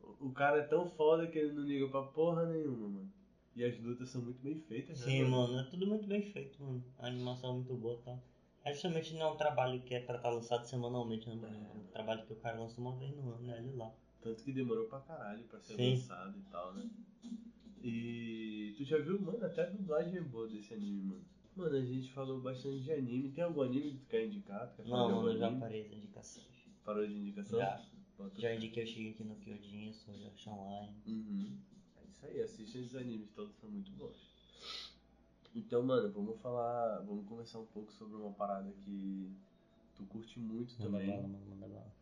A: o- o cara é tão foda que ele não liga pra porra nenhuma, mano. E as lutas são muito bem feitas, né?
B: Sim, mano, é tudo muito bem feito, mano. A animação é muito boa e tal. É justamente não é um trabalho que é pra estar lançado semanalmente, né, mano? É um trabalho que o cara lança uma vez no ano, né? Olha lá.
A: Tanto que demorou pra caralho pra ser
B: Sim.
A: lançado e tal, né? E tu já viu, mano, até a dublagem é boa desse anime, mano. Mano, a gente falou bastante de anime. Tem algum anime que tu quer indicar? Tu quer falar
B: Não,
A: de
B: mano,
A: algum
B: eu já
A: anime?
B: parei as indicações.
A: Parou de indicação?
B: Já.
A: Bota-
B: Já indiquei eu cheguei aqui no Kyojin, eu sou de Action Online.
A: Uhum. É isso aí, assiste esses animes, todos são muito bons. Então, mano, vamos falar. Vamos conversar um pouco sobre uma parada que tu curte muito
B: Manda
A: também,
B: bala, mano, manda bala.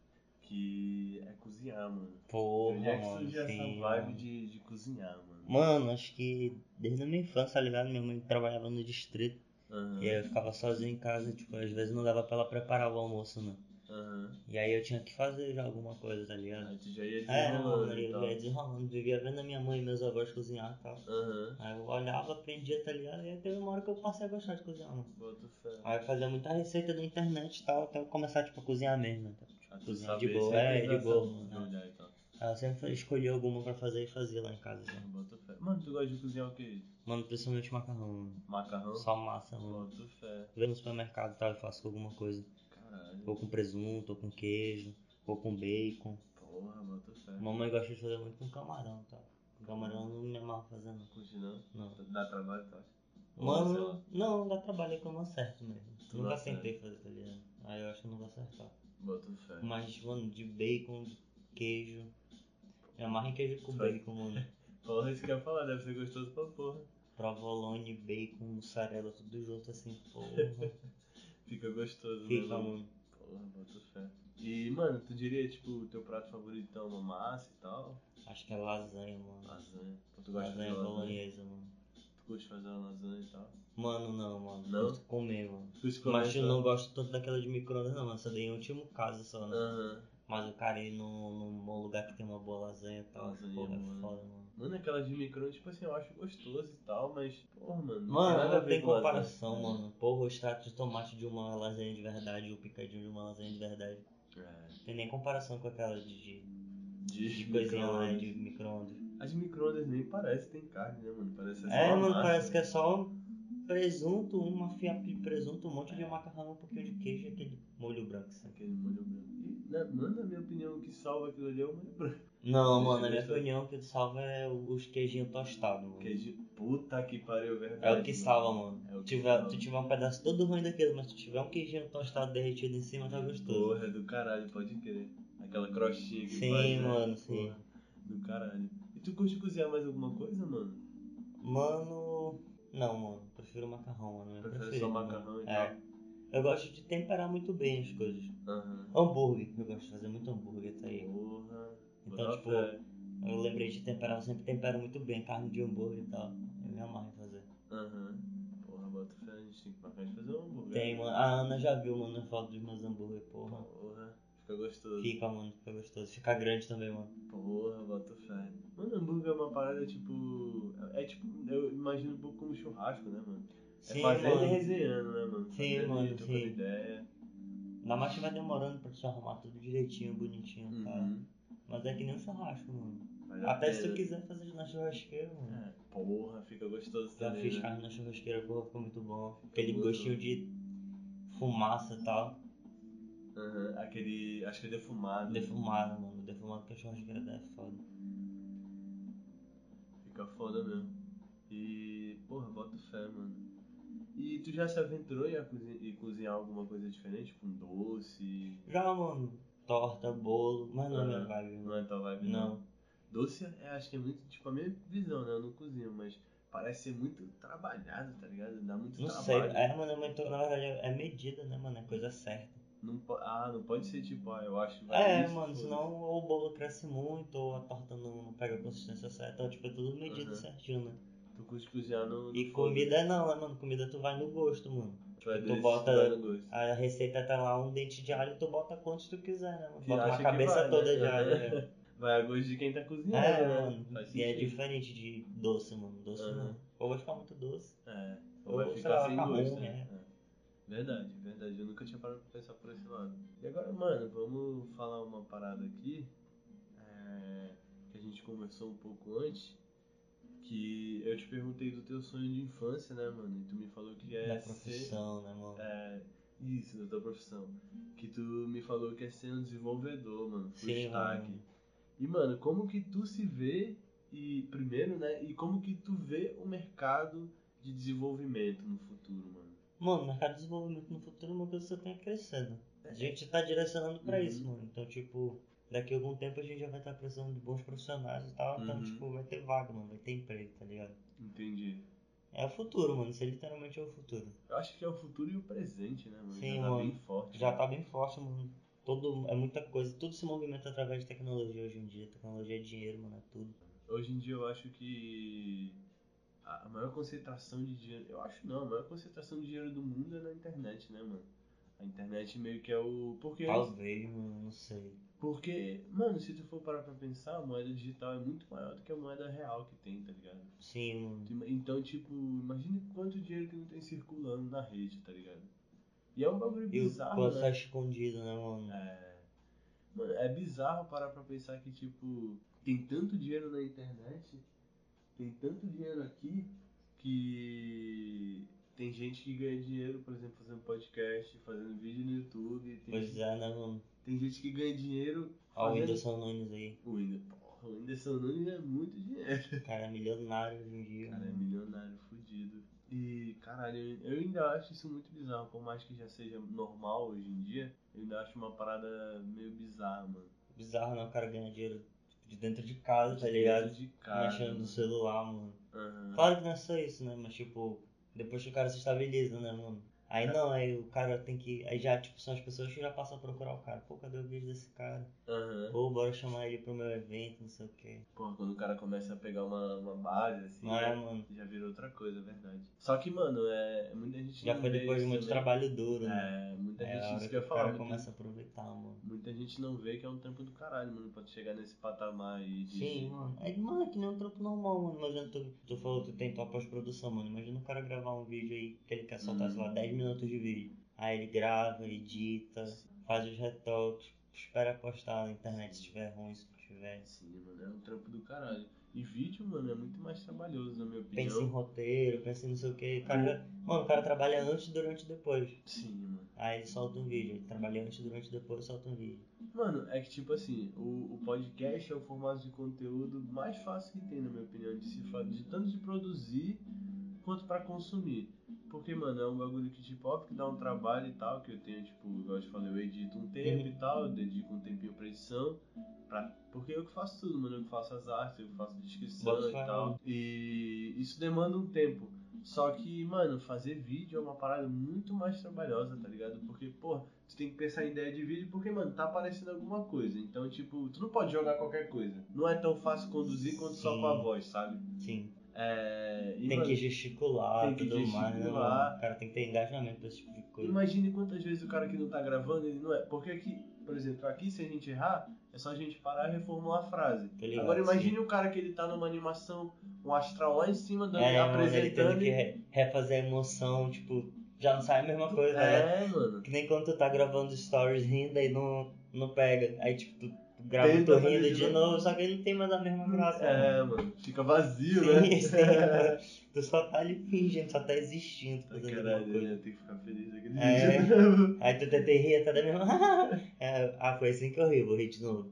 A: que é cozinhar, mano.
B: Porra,
A: Onde é que
B: mano,
A: surgiu essa
B: sim,
A: vibe
B: mano.
A: de, de cozinhar, mano?
B: Mano, acho que desde a minha infância, tá ligado? Minha mãe trabalhava no distrito.
A: Aham,
B: E é aí eu ficava sozinho em casa, tipo, às vezes não dava pra ela preparar o almoço, né?
A: aham.
B: E aí eu tinha que fazer já alguma coisa, tá ligado?
A: Aí tu já ia
B: É,
A: desenrolando
B: mano,
A: e
B: eu
A: tal.
B: ia desenrolando, vivia vendo a minha mãe e meus avós cozinhar e tal.
A: Aham,
B: Aí eu olhava, aprendia, tá ligado? E aí teve uma hora que eu passei a gostar de cozinhar, mano.
A: bota fé.
B: Aí eu fazia muita receita na internet e tal, até eu começar, tipo, a cozinhar mesmo, né?
A: Ah, tu
B: cozinhar
A: sabe,
B: de boa,
A: sempre
B: é,
A: dá
B: de
A: essa
B: boa,
A: possibilidade e tal.
B: Aí eu sempre escolhia alguma pra fazer e fazia lá em casa, já.
A: Bota fé. Mano, tu gosta de cozinhar o quê?
B: Mano, principalmente macarrão, mano.
A: Macarrão?
B: Só massa, mano.
A: Bota fé.
B: Vem no supermercado e tal, eu faço com alguma coisa.
A: Caralho.
B: Ou com presunto, ou com queijo, ou com bacon.
A: Porra, bota fé.
B: Mamãe gosta de fazer muito com camarão e tal. Camarão eu não me amarro fazendo.
A: Curte não?
B: Não.
A: Dá trabalho, tu acha? Ou sei lá.
B: Mano, não, não dá trabalho que eu não acerto mesmo.
A: Tu não
B: nunca
A: acerta.
B: tentei fazer, tá ligado? Aí eu acho que eu não vou acertar.
A: Bota fé.
B: Mas, mano, de bacon, de queijo. Eu amarro em queijo com
A: Foi.
B: bacon, mano.
A: Porra, isso que eu ia falar, deve ser gostoso pra porra.
B: Provolone, bacon, mussarela, tudo junto assim, porra.
A: Fica gostoso,
B: Fica,
A: né?
B: mano.
A: Porra, bota fé. E, mano, tu diria, tipo, o teu prato favorito então, uma massa e tal?
B: Acho que é lasanha, mano.
A: Lasanha. Pô, tu gosta de fazer
B: Lasanha é
A: lasanha?
B: bolonhesa, mano.
A: Tu curte fazer uma lasanha e tal?
B: Mano, não, mano.
A: Não?
B: Gosto de comer, mano.
A: Tu experimenta?
B: Mas eu não gosto tanto daquela de micro-ondas, não, mano. Essa daí é o último caso só, né?
A: Aham.
B: Mas eu cara ir num, num lugar que tem uma boa lasanha e tal.
A: Lasanha,
B: Porra,
A: mano.
B: é foda, mano.
A: Mano, aquelas de micro, tipo assim, eu acho gostoso e tal, mas, porra, mano. não tem
B: Mano,
A: nada a
B: não
A: ver
B: tem
A: com lasanha.
B: comparação, mano. Porra, o extrato de tomate de uma lasanha de verdade, o picadinho de uma lasanha de verdade.
A: É.
B: Tem nem comparação com aquelas de,
A: De,
B: de, de coisinha lá,
A: micro-ondas.
B: de micro-ondas.
A: As micro-ondas nem parece, tem carne, né, mano? Parece
B: É,
A: uma
B: mano,
A: massa.
B: parece que é só um presunto, uma fia de presunto, um monte de macarrão, um pouquinho de queijo e aquele molho branco. assim.
A: Aquele molho branco. E, né, mano, na minha opinião, o que salva aquilo ali é o molho branco.
B: Não,
A: Esse
B: mano, na minha
A: gostoso.
B: opinião, o que salva é os queijinhos tostados, mano.
A: Porque é de puta que pariu,
B: É
A: verdade.
B: o que
A: mano.
B: salva, mano.
A: É o que
B: Tiver,
A: salva.
B: tu tiver um pedaço todo ruim daquilo, mas tu tiver um queijinho tostado derretido em cima, tá gostoso.
A: Porra, é do caralho, pode crer. Aquela crostinha que
B: Sim,
A: faz, né?
B: mano, sim.
A: Porra, do caralho. E tu curte cozinhar mais alguma coisa, mano?
B: Mano. Não, mano. Prefiro macarrão, mano. Meu
A: Prefere só
B: preferido, mano.
A: macarrão e
B: É. Eu gosto de temperar muito bem as coisas.
A: Aham.
B: Hambúrguer. Eu gosto de fazer muito hambúrguer, tá aí.
A: Porra.
B: Então,
A: bota
B: tipo,
A: fé.
B: Eu lembrei de temperar, eu sempre tempero muito bem carne de hambúrguer e tal. Eu me amarro em fazer.
A: Aham. Porra, bota fé, a gente tem que marcar de fazer um hambúrguer.
B: Tem, mano. A Ana já viu, mano, a foto dos meus hambúrguer, porra.
A: Porra, fica gostoso.
B: Fica, mano, fica gostoso. Fica grande também, mano.
A: Porra, bota fé. Mano, hambúrguer é uma parada tipo. É tipo, eu imagino um pouco como churrasco, né, mano?
B: Sim,
A: é fazer ele
B: mano.
A: resenhando, né, mano?
B: Sim,
A: fazer ele
B: mano,
A: trocando
B: sim.
A: ideia.
B: Ainda mais que vai demorando pra te arrumar tudo direitinho, bonitinho, tá?
A: Uhum.
B: Mas é que nem um churrasco, mano.
A: Vale a
B: Até se
A: pena.
B: tu quiser fazer na churrasqueira, mano.
A: É, porra, fica gostoso
B: Já
A: também.
B: fiz
A: né?
B: carne na churrasqueira, porra, ficou muito bom. Aquele
A: muito
B: gostinho
A: bom.
B: de fumaça e tal.
A: Aham, Aquele. Acho que é defumado.
B: Defumado, mano. Defumado que a churrasqueira dá é foda.
A: Fica foda mesmo. E. Porra, bota fé, mano. E tu já se aventurou em a cozinhar, em cozinhar alguma coisa diferente? Tipo um doce?
B: Já, mano. Torta, bolo, mas não é minha
A: Aham.
B: vibe, mano.
A: Não é tua vibe?
B: Não.
A: Doce, é, acho que é muito, tipo, a minha visão, né? Eu não cozinho, mas parece ser muito trabalhado, tá ligado? Dá muito
B: Não sei.
A: trabalho.
B: É, mano, é muito, na verdade é medida, né, mano? É coisa certa.
A: Não po- ah, não pode ser tipo, ah, eu acho que vai
B: É,
A: isso,
B: mano,
A: foda-se.
B: senão ou o bolo cresce muito, ou a torta não, não pega a consistência certa. Então, tipo, é tudo medido
A: Aham.
B: certinho, né?
A: Tu curte cozinhar no. no
B: E
A: fogo.
B: comida não, né, mano? Comida tu vai no gosto, mano.
A: Tu, vai
B: tu
A: desse,
B: bota-
A: vai no gosto.
B: A receita tá lá, um dente de alho, tu bota quantos tu quiser, né? mano?
A: Que
B: Bota
A: acha
B: uma
A: que
B: cabeça
A: vai, né?
B: toda de alho. né?
A: Vai a gosto de quem tá cozinhando,
B: É,
A: né?
B: mano.
A: Faz
B: E é
A: sentido.
B: diferente de doce, mano. Doce
A: Aham.
B: não. Ou vai ficar muito doce.
A: É,
B: Ou
A: ou vai
B: sei
A: ficar
B: lá, tá
A: sem
B: macarrão,
A: gosto, né? É. Verdade, verdade. Eu nunca tinha parado pra pensar por esse lado. E agora, mano, vamos falar uma parada aqui é, que a gente conversou um pouco antes. Que eu te perguntei do teu sonho de infância, né, mano? E tu me falou que é
B: da
A: ser.
B: profissão, né, mano?
A: É, isso, da tua profissão. Que tu me falou que é ser um desenvolvedor, mano. Full
B: Sim,
A: stack.
B: mano.
A: E, mano, como que tu se vê, e primeiro, né? E como que tu vê o mercado de desenvolvimento no futuro, mano?
B: Mano, o mercado de desenvolvimento no futuro é uma coisa que só tem crescendo. A gente tá direcionando pra
A: É. Uhum.
B: isso, mano. Então, tipo, daqui a algum tempo a gente já vai estar precisando de bons profissionais e tal. Então,
A: Uhum.
B: tipo, vai ter vaga, mano. Vai ter emprego, tá ligado?
A: Entendi.
B: É o futuro, mano. Isso é literalmente é o futuro.
A: Eu acho que é o futuro e o presente, né, mano?
B: Sim,
A: Já tá
B: mano.
A: bem forte.
B: já
A: né?
B: tá bem forte, mano. Todo, é muita coisa, tudo se movimenta através de tecnologia hoje em dia. Tecnologia é dinheiro, mano, é tudo.
A: Hoje em dia eu acho que a a maior concentração de dinheiro. Eu acho não, a maior concentração de dinheiro do mundo é na internet, né, mano? A internet meio que é o. Porque
B: Tá Talvez, mano, não sei.
A: Porque, mano, se tu for parar pra pensar, a moeda digital é muito maior do que a moeda real que tem, tá ligado?
B: Sim, mano.
A: Tu ima- Então, tipo, imagina quanto dinheiro que não tem circulando na rede, tá ligado? E é um bagulho
B: E o
A: bizarro,
B: quanto tá
A: né?
B: escondido, né, mano?
A: É... Mano, é bizarro parar pra pensar que, tipo, tem tanto dinheiro na internet, tem tanto dinheiro aqui, que tem gente que ganha dinheiro, por exemplo, fazendo podcast, fazendo vídeo no YouTube, tem,
B: Pois é, né, mano?
A: tem gente que ganha dinheiro
B: Ó, o
A: fazendo
B: Whindersson Nunes aí.
A: o Whindersson, porra, o Whindersson Nunes é muito dinheiro.
B: O cara é milionário hoje em dia.
A: Cara, é
B: mano.
A: milionário, fudido. E, caralho, eu- eu ainda acho isso muito bizarro. Por mais que já seja normal hoje em dia, eu ainda acho uma parada meio bizarra, mano.
B: Bizarro, né? O cara ganha dinheiro tipo, de dentro de casa, tá ligado?
A: De né? cara.
B: Mexendo no celular, mano.
A: Aham.
B: Claro que não é só isso, né? Mas, tipo, depois que o cara se estabiliza, né, mano? Aí
A: É.
B: não, aí o cara tem que. Aí já, tipo, são as pessoas que já passam a procurar o cara. Pô, cadê o vídeo desse cara?
A: Aham.
B: Pô, bora chamar ele pro meu evento, não sei o quê.
A: Porra, quando o cara começa a pegar uma, uma base, assim,
B: Não é, mano?
A: já virou outra coisa, é verdade. Só que, mano, é, muita gente
B: Já
A: não
B: foi
A: vê
B: depois de
A: isso,
B: muito
A: né?
B: trabalho duro, né?
A: É, muita
B: É a
A: gente,
B: hora
A: isso
B: que
A: que eu ia
B: o
A: falar,
B: cara
A: muita
B: começa a aproveitar, mano.
A: Muita gente não vê que é um trampo do caralho, mano, pra tu chegar nesse patamar aí de.
B: Sim, mano. É, mano, é que nem um trampo normal, mano. Imagina tu, tu falou que tu tem tua pós-produção, mano. Imagina o cara gravar um vídeo aí que ele quer soltar,
A: Uhum.
B: sei lá, 10 minutos de vídeo. Aí ele grava, edita, faz os retoques, Espera postar na internet se tiver ruim, se não tiver.
A: Sim, mano, é um trampo do caralho. E vídeo, mano, é muito mais trabalhoso, na minha
B: Pensa em
A: opinião.
B: roteiro, pensa em não sei o que. Cara, mano, o cara trabalha antes, durante e depois.
A: Sim, mano.
B: Aí ele solta um vídeo. Ele trabalha antes, durante e depois solta um vídeo.
A: Mano, é que tipo assim, o, o podcast é o formato de conteúdo mais fácil que tem, na minha opinião, de se fa- de tanto de produzir quanto pra consumir. Porque, mano, é um bagulho que, tipo, óbvio que dá um trabalho e tal, que eu tenho, tipo, igual eu te falei, eu edito um tempo e tal, eu dedico um tempinho pra edição. Pra... Porque eu que faço tudo, mano, eu que faço as artes, eu que faço descrição
B: Bota
A: e
B: fé,
A: tal.
B: mano.
A: E isso demanda um tempo. Só que, mano, fazer vídeo é uma parada muito mais trabalhosa, tá ligado? Porque, pô, tu tem que pensar em ideia de vídeo porque, mano, tá aparecendo alguma coisa. Então, tipo, tu não pode jogar qualquer coisa. Não é tão fácil conduzir quanto só
B: Sim.
A: com a voz, sabe?
B: Sim.
A: É, e,
B: Tem
A: mano,
B: que gesticular
A: tem
B: e
A: que
B: tudo mais, né,
A: gesticular.
B: mano? O cara tem que ter engajamento pra esse tipo de coisa.
A: Imagine quantas vezes o cara que não tá gravando, ele não é. Porque aqui, por exemplo, aqui se a gente errar, é só a gente parar e reformular a frase.
B: Tô tá ligado,
A: Agora imagine
B: sim.
A: o cara que ele tá numa animação, um astral lá em cima, dando,
B: É, mano, ele tendo
A: apresentando.
B: que
A: e-
B: re- refazer a emoção, tipo, já não sai a mesma coisa, né?
A: é, mano.
B: Que nem quando tu tá gravando stories rindo e não, não pega. Aí, tipo, tu, tu grava
A: Tenta
B: tu
A: fazer
B: rindo
A: de
B: de
A: novo.
B: novo, só que ele não tem mais a mesma graça. né?
A: É, mano. Fica vazio, né?
B: Sim, sim. tu só tá ali fingindo, só tá existindo,
A: Ai,
B: fazendo alguma
A: Caralho,
B: coisa.
A: eu tenho que ficar feliz daquele
B: É.
A: vídeo.
B: Aí tu tenta rir até da mesma. É, ah, foi assim que eu ri, vou rir de novo.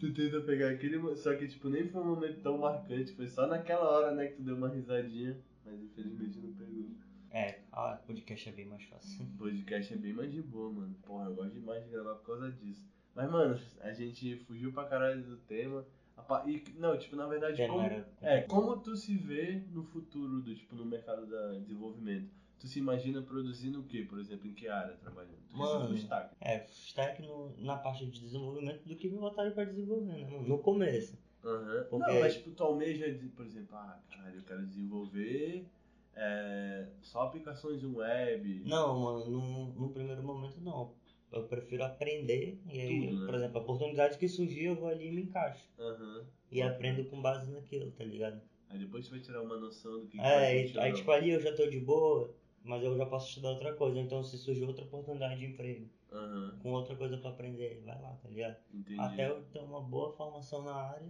A: Tu tenta pegar aquele. mo- Só que, tipo, nem foi um momento tão marcante. Foi só naquela hora, né, que tu deu uma risadinha. Mas infelizmente não pegou.
B: É, ah, podcast é bem mais fácil.
A: O podcast é bem mais de boa, mano. Porra, eu gosto demais de gravar por causa disso. Mas, mano, a gente fugiu pra caralho do tema. A pa- E, não, tipo, na verdade,
B: Já não
A: como...
B: era.
A: É, como tu se vê no futuro, do, tipo, no mercado da desenvolvimento? Tu se imagina produzindo o quê, por exemplo, em que área trabalhando? Tu já
B: Mano.
A: se destaca.
B: É, stack no, na parte de desenvolvimento do que me botaram pra desenvolver, né? mano? No começo.
A: Aham.
B: Porque-
A: Não, mas tipo, tu almeja, de- por exemplo, ah, caralho, eu quero desenvolver é, só aplicações em web.
B: Não, mano, no, no primeiro momento não. Eu prefiro aprender e aí,
A: Tudo, né?
B: por exemplo, a oportunidade que surgir, eu vou ali e me encaixo.
A: Aham.
B: E aprendo com base naquilo, tá ligado?
A: Aí depois tu vai tirar uma noção do que que vai
B: É,
A: curtir
B: e-
A: ou
B: aí
A: não.
B: tipo ali eu já tô de boa, mas eu já posso estudar outra coisa. Então se surgir outra oportunidade de emprego,
A: Aham,
B: com outra coisa pra aprender, vai lá, tá ligado?
A: entendi.
B: Até eu ter uma boa formação na área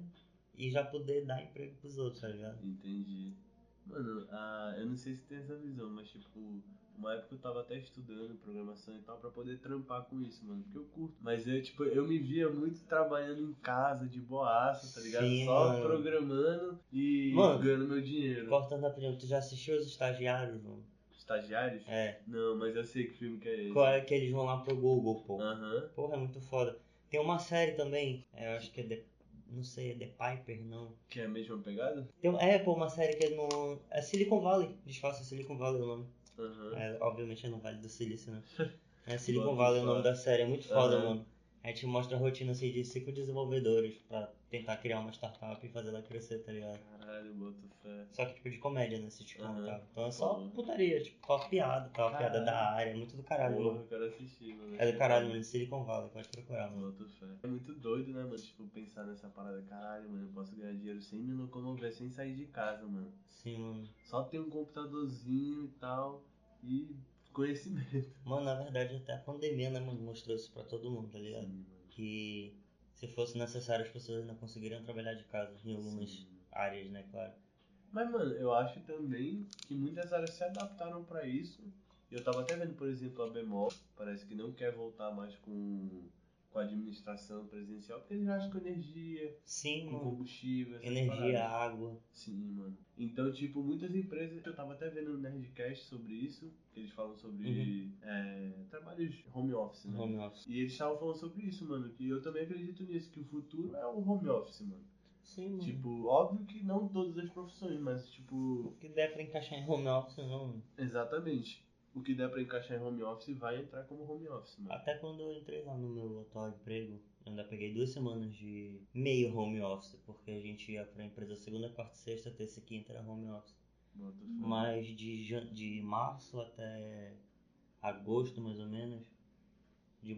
B: e já poder dar emprego pros outros, tá ligado?
A: Entendi. Mano, ah, eu não sei se tem essa visão, mas tipo, uma época eu tava até estudando programação e tal pra poder trampar com isso, mano, porque eu curto. Mas eu, tipo, eu me via muito trabalhando em casa, de boaça, tá ligado?
B: Sim,
A: Só
B: mano.
A: programando e
B: Mano.
A: ganhando meu dinheiro.
B: Cortando a opinião, tu já assistiu os estagiários, mano?
A: Estagiários?
B: É.
A: Não, mas eu sei que filme que é esse.
B: Qual é que eles vão lá pro Google, pô?
A: Aham.
B: Porra, é muito foda. Tem uma série também, é, eu acho que é The, não sei, é The Piper, não.
A: Que é a mesma pegada?
B: Tem, é, pô, uma série que é no... É Silicon Valley, disfarça Silicon Valley o nome.
A: Aham.
B: É, obviamente é no Vale do Silício, né? É
A: Vale do
B: Silicon Valley é o nome
A: Vale.
B: da série, é muito foda,
A: Aham.
B: mano. A gente mostra a rotina assim, de cinco desenvolvedores pra tentar criar uma startup e fazer ela crescer, tá ligado?
A: Caralho, boto fé.
B: Só que tipo de comédia, né? Sitcom
A: Aham.
B: e tal. Então é só
A: Porra.
B: putaria, tipo, só piada e tal, piada
A: Caralho.
B: da área, é muito do caralho,
A: Porra,
B: mano.
A: eu quero assistir, mano.
B: É do caralho, mano, Silicon Valley, pode procurar, mano.
A: Boto fé. É muito doido, né, mano? Tipo, pensar nessa parada, caralho, mano, eu posso ganhar dinheiro sem me locomover, sem sair de casa, mano.
B: Sim, mano.
A: Só ter um computadorzinho e tal. E conhecimento.
B: Mano, na verdade, até a pandemia, né, mano, mostrou isso pra todo mundo, tá ligado?
A: Sim, mano.
B: Que se fosse necessário, as pessoas ainda conseguiriam trabalhar de casa em algumas
A: Sim.
B: áreas, né, claro.
A: Mas, mano, eu acho também que muitas áreas se adaptaram pra isso. E eu tava até vendo, por exemplo, a Bemol, parece que não quer voltar mais com, com a administração presencial, porque eles gastam com energia,
B: Sim,
A: com
B: mano.
A: combustível, essas
B: Hum. Energia,
A: paradas.
B: água.
A: Sim, mano. Então, tipo, muitas empresas. Eu tava até vendo um Nerdcast sobre isso, que eles falam sobre é, trabalhos home office, né?
B: Uhum. Home office.
A: E eles estavam falando sobre isso, mano, que eu também acredito nisso, que o futuro é o home office, mano.
B: Sim, mano.
A: Tipo, óbvio que não todas as profissões, mas, tipo,
B: O que der pra encaixar em home office, não. mano.
A: exatamente. O que der pra encaixar em home office vai entrar como home office, mano.
B: Até quando eu entrei lá no meu atual emprego, eu ainda peguei duas semanas de meio home office, porque a gente ia pra empresa segunda, quarta, sexta, terça e quinta era home office.
A: Bota fé.
B: Mas de, jan- de março até agosto, mais ou menos. De,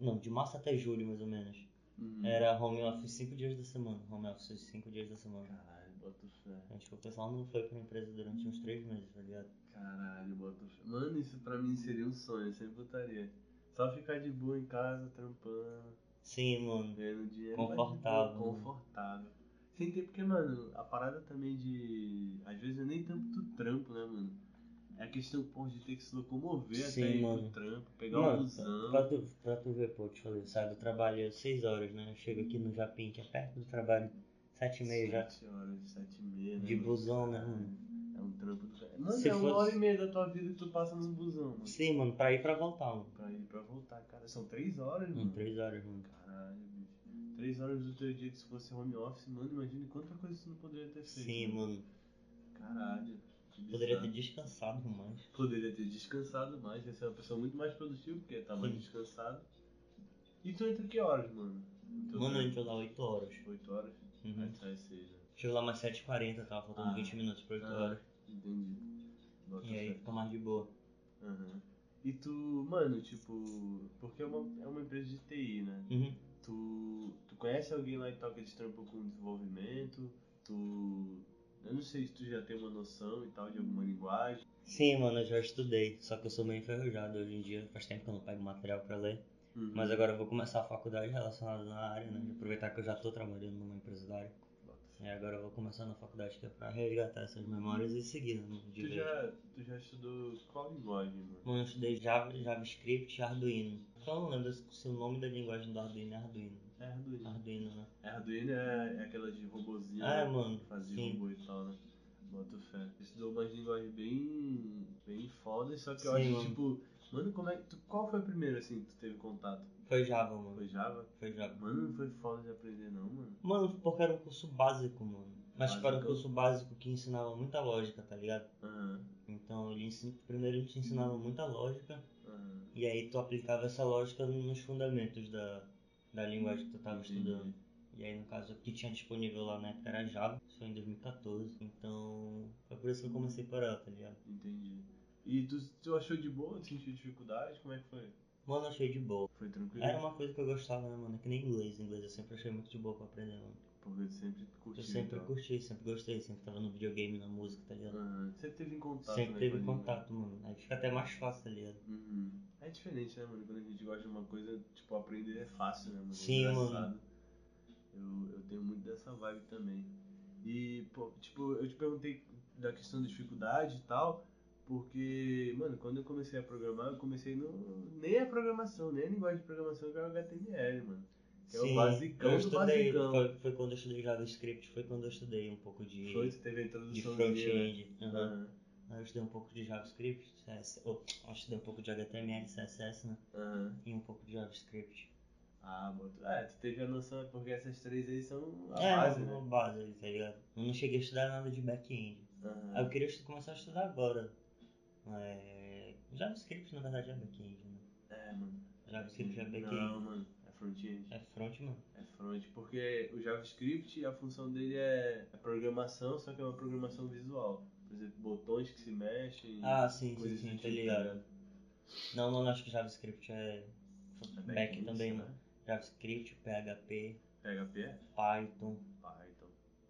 B: não, de março até julho, mais ou menos.
A: Uhum.
B: Era home office 5 dias da semana. Home office 5 dias da semana.
A: Caralho, bota fé.
B: Então, tipo, o pessoal não foi pra empresa durante uns 3 meses, tá ligado?
A: Caralho, bota fé. Mano, isso pra mim seria um sonho, eu sempre botaria. Só ficar de boa em casa, trampando.
B: Sim, mano.
A: Ganhando dinheiro.
B: Confortável.
A: mas, tipo, Confortável. Sem ter porque, mano, a parada também de. Às vezes é nem tanto do trampo, né, mano? É a questão, pô, de ter que se locomover
B: Sim,
A: até ir
B: mano.
A: pro trampo, pegar um
B: Mano,
A: busão.
B: pra tu, pra tu ver, pô, eu te falei, eu saio do trabalho às 6 horas, né? Eu chego aqui no Japim, que é perto do trabalho, 7 e meia já.
A: Sete horas, sete e meia, né,
B: De
A: mano?
B: busão, né, mano?
A: É um trampo do cara. Mano,
B: Se
A: é uma
B: fosse-
A: hora e meia da tua vida que tu passa no busão, mano.
B: Sim, mano, pra ir e pra voltar, mano.
A: Pra ir pra voltar, cara. São três horas,
B: Em
A: mano.
B: 3 horas, mano.
A: Caralho, bicho. Três horas do teu dia que se fosse home office, mano, imagina quanta coisa tu não poderia ter feito.
B: Sim, mano.
A: Caralho. que
B: Poderia
A: bizarro.
B: ter descansado mais.
A: Poderia ter descansado mais, ia ser uma pessoa muito mais produtiva, porque tá mais
B: Sim.
A: descansado. E tu entra que horas, mano? No teu
B: Mano, eu
A: trampo?
B: entro lá 8 horas.
A: 8 horas?
B: Uhum.
A: Aí sai 6, né?
B: Chego lá mais 7h40, tava faltando
A: Ah.
B: 20 tá? minutos pra 8
A: Ah,
B: horas.
A: Entendi. Bota
B: E aí
A: fé.
B: fica mais de boa.
A: Aham. E tu, mano, tipo, porque é uma, é uma empresa de TI, né?
B: Uhum.
A: Tu, tu conhece alguém lá em Tóquio que eles trampam com desenvolvimento? Tu. Eu não sei se tu já tem uma noção e tal de alguma linguagem.
B: Sim, mano, eu já estudei, só que eu sou meio enferrujado hoje em dia, faz tempo que eu não pego material pra ler.
A: Uhum.
B: Mas agora eu vou começar a faculdade relacionada na área, né? Aproveitar que eu já tô trabalhando numa empresa da área.
A: Bota fé.
B: E agora eu vou começar na faculdade que é pra resgatar essas memórias e seguir, né? mano, De
A: Tu
B: vez.
A: já, tu já estudou qual linguagem, mano?
B: Mano, eu estudei Java, JavaScript e Arduino. Só não lembro se se o nome da linguagem do Arduino é Arduino.
A: É Arduino.
B: Arduino, né?
A: É, Arduino é, é aquela de robozinho.
B: Ah, é,
A: né?
B: mano,
A: Que fazia
B: sim.
A: robô e tal, né? Bota fé. Tu Estudou umas linguagens bem. bem foda, só que eu
B: Sim,
A: acho
B: mano.
A: tipo. Mano, como é que. Tu, qual foi o primeiro assim que tu teve contato?
B: Foi Java, mano.
A: Foi Java?
B: Foi Java.
A: Mano, não foi foda de aprender não, mano.
B: Mano, porque era um curso básico, mano. Mas tipo, era um
A: Básico?
B: curso básico que ensinava muita lógica, tá ligado?
A: Aham.
B: Então, ele ensin... primeiro ele te ensinava muita lógica,
A: Aham.
B: e aí tu aplicava essa lógica nos fundamentos da, da linguagem que tu tava
A: Entendi.
B: estudando. E aí, no caso, o que tinha disponível lá na época era Java, isso foi em 2014. Então, foi por isso que eu comecei por ela, tá ligado?
A: Entendi. E tu, tu achou de boa? Tu sentiu dificuldade? Como é que foi?
B: Mano, eu achei de boa.
A: Foi tranquilo?
B: Era uma coisa que eu gostava, né, mano? É que nem inglês. Inglês eu sempre achei muito de boa pra aprender, mano.
A: Porque tu sempre curtiu.
B: Eu sempre
A: então.
B: curti, sempre gostei, sempre tava no videogame, na música, tá ligado?
A: Aham. Sempre teve em contato,
B: Sempre
A: né,
B: teve
A: com a língua.
B: contato, mano. Aí fica até mais fácil, tá ligado?
A: Uhum. É diferente, né, mano? Quando a gente gosta de uma coisa, tipo, aprender é fácil, né, mano?
B: Sim,
A: Engraçado.
B: mano.
A: Eu, eu tenho muito dessa vibe também. E, pô, tipo, eu te perguntei da questão da dificuldade e tal, porque, mano, quando eu comecei a programar, eu comecei no. Nem a programação, nem a linguagem de programação, que é o HTML, mano. Que é o basicão
B: eu
A: do
B: estudei,
A: basicão.
B: Foi, foi quando eu estudei JavaScript, foi quando eu estudei um pouco de,
A: Foi, tu teve a
B: de
A: introdução né?
B: front-end. Aham.
A: Aham,
B: Aí eu estudei um pouco de JavaScript, CS, oh, eu estudei um pouco de HTML, CSS, né?
A: aham.
B: E um pouco de JavaScript.
A: Ah, bota. É, tu teve a noção, é porque essas três aí são a
B: é,
A: base,
B: uma
A: né?
B: base ali, tá ligado? Eu não cheguei a estudar nada de back-end.
A: Aham.
B: Aí eu queria estu- começar a estudar agora. É, JavaScript, na verdade, é back-end, né?
A: É, mano.
B: JavaScript é
A: Hum, Não,
B: back-end.
A: mano, é front-end.
B: É front, mano.
A: É front, porque o JavaScript, a função dele é é programação, só que é uma programação visual. Por exemplo, botões que se mexem,
B: Ah, sim, sim,
A: coisas do
B: sim, tá
A: tipo,
B: ligado?
A: né?
B: Não, não, acho que JavaScript
A: É
B: é back
A: back-end,
B: também,
A: né?
B: mano. JavaScript, PHP,
A: PHP é então,
B: Python,
A: Python.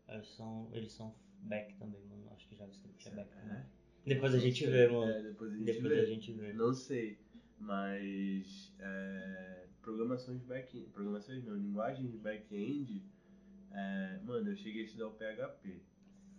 B: é eles são, eles são back também, mano. Acho que JavaScript é back também.
A: É?
B: Depois a
A: Não
B: gente
A: sei.
B: vê, mano.
A: É, depois a gente
B: Depois
A: vê.
B: a gente vê.
A: Não sei, mas é, programação de back-end, programação não, linguagem de back-end, é, mano, eu cheguei a estudar o PHP.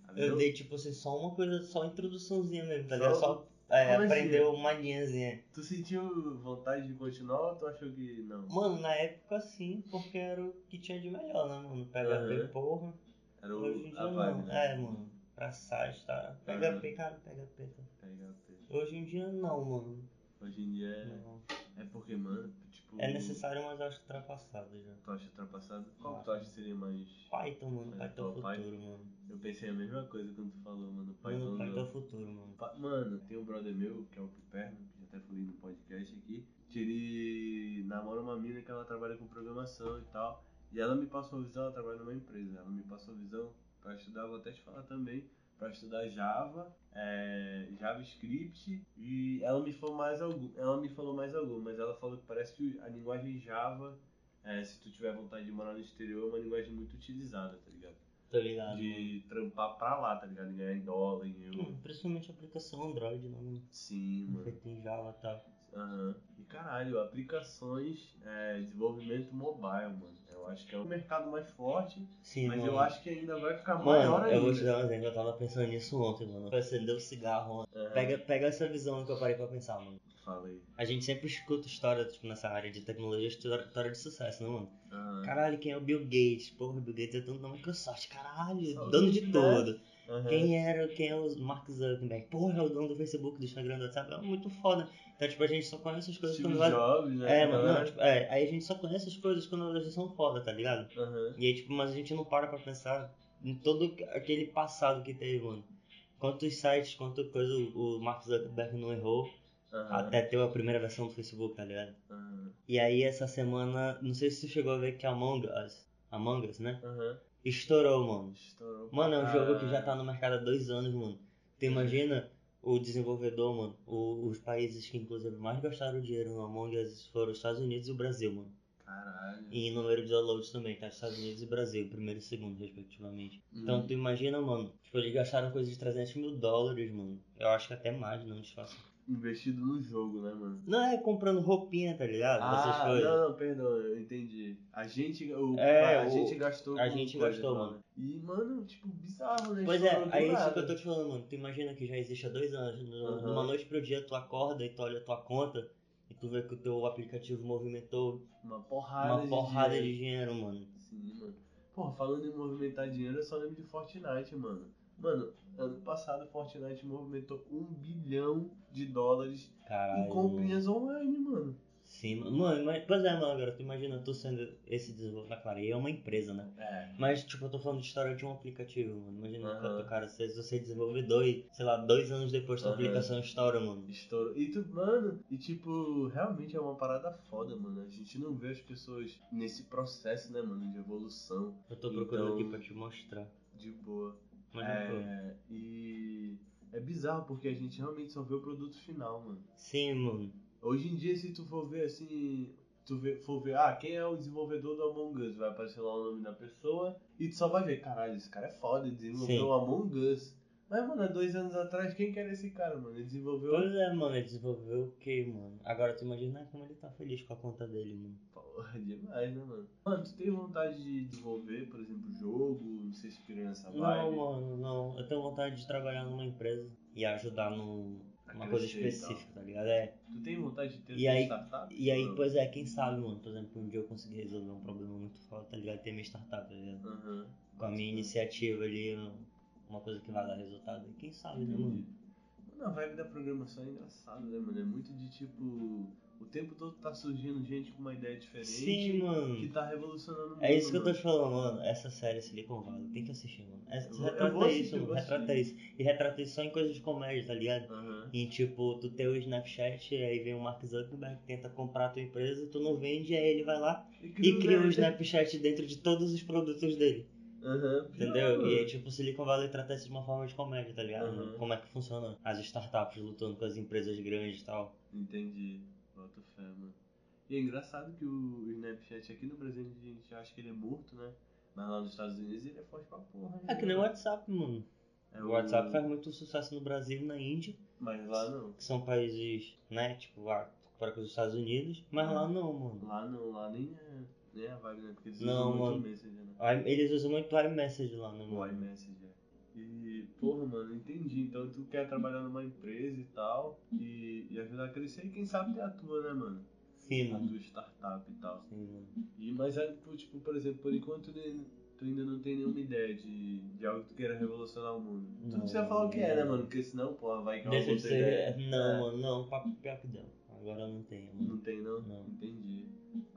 A: Agora
B: Eu dei, tipo assim, só uma coisa, só uma introduçãozinha mesmo, tá
A: Só assim?
B: ligado? Só é,
A: comecinho.
B: aprender uma linhazinha.
A: Tu sentiu vontade de continuar ou tu achou que não?
B: Mano, na época sim, porque era o que tinha de melhor, né, mano? PHP,
A: Aham.
B: porra.
A: Era o,
B: Hoje em
A: a
B: dia
A: vibe,
B: não.
A: né?
B: É, mano. Pra site, tá?
A: Aham.
B: PHP, cara, PHP. Tá?
A: PHP.
B: Hoje em dia não, mano.
A: Hoje em dia é,
B: Não.
A: é porque, mano, tipo...
B: É necessário, mas eu acho ultrapassado já.
A: Tu acha ultrapassado?
B: Ah.
A: Qual que tu acha que seria mais...
B: Python, mano,
A: Mas
B: Python é o
A: qual Python?
B: futuro, mano.
A: Eu pensei a mesma coisa quando tu falou, mano. Python
B: Mano, Python é o
A: não.
B: futuro, mano.
A: Pa- Mano, tem um brother meu, que é o Piperno, que já até falei no podcast aqui, que ele namora uma mina que ela trabalha com programação e tal. E ela me passou a visão, ela trabalha numa empresa, ela me passou a visão pra estudar, vou até te falar também, pra estudar Java, é, JavaScript, e ela me falou mais algum, ela me falou mais algum, mas ela falou que parece que a linguagem Java, é, se tu tiver vontade de morar no exterior, é uma linguagem muito utilizada, tá ligado?
B: Tô ligado.
A: De trampar pra lá, tá ligado? Ganhar em dólar, em euro.
B: Hum, Principalmente a aplicação Android, né, mano?
A: Sim, mano.
B: Feita em Java e tal.
A: Aham. E caralho, aplicações, é, desenvolvimento mobile, mano. Eu acho que é o mercado mais forte,
B: Sim,
A: mas
B: mano.
A: eu acho que ainda vai ficar
B: Mano,
A: maior ainda.
B: eu vou te dar um exemplo, eu tava pensando nisso ontem, mano. Pra acender o cigarro, mano.
A: Aham.
B: Pega, pega essa visão que eu parei pra pensar, mano.
A: Falei.
B: A gente sempre escuta história, tipo, nessa área de tecnologia, história história de sucesso, né, mano?
A: Aham.
B: Caralho, quem é o Bill Gates? Porra, o Bill Gates é dono da Microsoft, caralho,
A: Só
B: dono
A: né?
B: de tudo.
A: Aham.
B: Quem era, quem é o Mark Zuckerberg? Porra, é o dono do Facebook, do Instagram, do WhatsApp, é muito foda. Então, tipo, a gente só conhece as coisas
A: Steve
B: quando elas...
A: Jobs, né?
B: É, mano, não,
A: Galera.
B: tipo, é, aí a gente só conhece as coisas quando elas já são foda, tá ligado?
A: Aham.
B: E aí, tipo, mas a gente não para pra pensar em todo aquele passado que teve, mano. Quantos sites, quantas coisa o o Mark Zuckerberg não errou
A: Aham.
B: até ter a primeira versão do Facebook, tá ligado?
A: Aham.
B: E aí, essa semana, não sei se tu chegou a ver que Among Us, Among Us, né?
A: Aham.
B: Estourou, mano.
A: Estourou pra
B: Mano, é um jogo que
A: caralho.
B: já tá no mercado há dois anos, mano.
A: É.
B: Tu imagina o desenvolvedor, mano, o- os países que inclusive mais gastaram dinheiro no Among Us foram os Estados Unidos e o Brasil, mano.
A: Caralho.
B: E em número de downloads também, tá? Estados Unidos e Brasil, primeiro e segundo, respectivamente. Então
A: Hum.
B: tu imagina, mano, tipo, eles gastaram coisa de 300 mil dólares, mano. Eu acho que até mais, não disfarça.
A: Investido no jogo, né, mano?
B: Não é comprando roupinha, tá ligado? Essas
A: Ah,
B: coisas.
A: não, não, perdão, eu entendi. A gente, o,
B: É,
A: a
B: o-
A: gente gastou.
B: a
A: com
B: gente
A: coisa,
B: gastou,
A: então,
B: mano.
A: né? E, mano, tipo, bizarro, né?
B: Pois é,
A: Estourou do
B: aí é isso
A: nada.
B: que eu tô te falando, mano. Tu imagina que já existe há dois anos. No-
A: Aham.
B: Numa noite pro dia, tu acorda e tu olha a tua conta e tu vê que o teu aplicativo movimentou
A: Uma porrada
B: uma
A: de
B: porrada
A: dinheiro.
B: de dinheiro, mano.
A: Sim, mano. Porra, falando em movimentar dinheiro, eu só lembro de Fortnite, mano. Mano, ano passado Fortnite movimentou um bilhão de dólares
B: Caralho.
A: em comprinhas online, mano.
B: mano. Sim, mano. Mas, pois é, mano, agora tu imagina tu sendo esse desenvolvedor. Claro, e é uma empresa, né?
A: É.
B: Mas, tipo, eu tô falando de história de um aplicativo, mano. Imagina
A: Aham.
B: que o cara, se você é desenvolvedor e, sei lá, dois anos depois tua
A: Aham.
B: aplicação estoura, mano.
A: Estouro. E tu, mano, e tipo, realmente é uma parada foda, mano. A gente não vê as pessoas nesse processo, né, mano, de evolução.
B: Eu tô procurando
A: Então-
B: aqui pra te mostrar.
A: De boa.
B: Mas não tô.
A: É, e é bizarro porque a gente realmente só vê o produto final, mano.
B: Sim, mano.
A: Hoje em dia, se tu for ver assim, tu vê- for ver, ah, quem é o desenvolvedor do Among Us? Vai aparecer lá o nome da pessoa e tu só vai ver, caralho, esse cara é foda, ele desenvolveu
B: Sim.
A: o Among Us. Mas, mano, há dois anos atrás, quem que era esse cara, mano? Ele desenvolveu.
B: Pois é, mano, ele desenvolveu o que, mano? Agora tu imagina como ele tá feliz com a conta dele, mano.
A: Porra, demais, né, mano? Mano, tu tem vontade de desenvolver, por exemplo, jogo, não sei se criança vai.
B: Não, mano, não. Eu tenho vontade de trabalhar numa empresa e ajudar num.
A: A
B: Uma coisa
A: crescer e tal.
B: específica, tá ligado? É.
A: Tu tem vontade de ter
B: E
A: uma
B: aí-
A: startup?
B: E aí,
A: Não.
B: pois é, quem sabe, mano, por exemplo, um dia eu conseguir resolver um problema muito foda, tá ligado? Ter minha startup, tá ligado?
A: Aham.
B: com a minha iniciativa ali, um- uma coisa que vai dar resultado. E quem sabe, né,
A: Entendi.
B: mano?
A: Mano, a vibe da programação é engraçada, né, mano? É muito de tipo. O tempo todo tá surgindo gente com uma ideia diferente.
B: Sim,
A: Que
B: mano.
A: tá revolucionando o mundo.
B: É isso que eu tô
A: mano.
B: te falando, mano. Essa série Silicon Valley, tem que assistir, mano. Essa,
A: Eu vou- eu
B: retrata
A: vou assistir,
B: isso,
A: eu
B: mano.
A: vou
B: Retrata isso. E retrata isso só em coisas de comédia, tá ligado?
A: Aham.
B: E tipo, tu tem o Snapchat, aí vem o Mark Zuckerberg, tenta comprar a tua empresa, tu não vende, aí ele vai lá e cria o Snapchat dentro de todos os produtos dele.
A: Aham.
B: Entendeu?
A: Não,
B: E aí,
A: mano.
B: tipo, Silicon Valley trata isso de uma forma de comédia, tá ligado?
A: Aham.
B: Como é que funciona as startups lutando com as empresas grandes e tal.
A: Entendi. Bota fé, mano. E é engraçado que o Snapchat aqui no Brasil a gente acha que ele é morto, né? Mas lá nos Estados Unidos ele é forte pra porra. né,
B: É que nem o
A: mano?
B: WhatsApp, mano.
A: É
B: O WhatsApp faz muito sucesso no Brasil e na Índia,
A: Mas lá não.
B: que são países, né, tipo, ah, para os Estados Unidos, mas lá não, mano.
A: Lá não, lá nem é, nem é a vibe, né? Porque eles
B: Não,
A: usam
B: mano.
A: muito Messenger, né?
B: Aí Eles usam muito o iMessage lá, né,
A: O
B: mano?
A: iMessage, é. E, porra, mano, entendi. Então tu quer trabalhar numa empresa e tal, e, e ajudar a crescer, e quem sabe ter a tua, né, mano?
B: Sim,
A: A
B: mano.
A: tua startup e tal.
B: Sim, mano.
A: E, mas, é, pô, tipo, por exemplo, por enquanto ne- tu ainda não tem nenhuma ideia de, de algo que tu queira revolucionar o mundo. Tu não
B: Não,
A: precisa falar o que é, né,
B: não.
A: mano? Porque senão, porra, vai que eu
B: Deixa
A: não
B: de
A: tenho ideia.
B: ser.
A: É.
B: Não, mano, não. papo Pior que deu. Agora não tem,
A: Não
B: mano.
A: tem, não?
B: Não.
A: Entendi.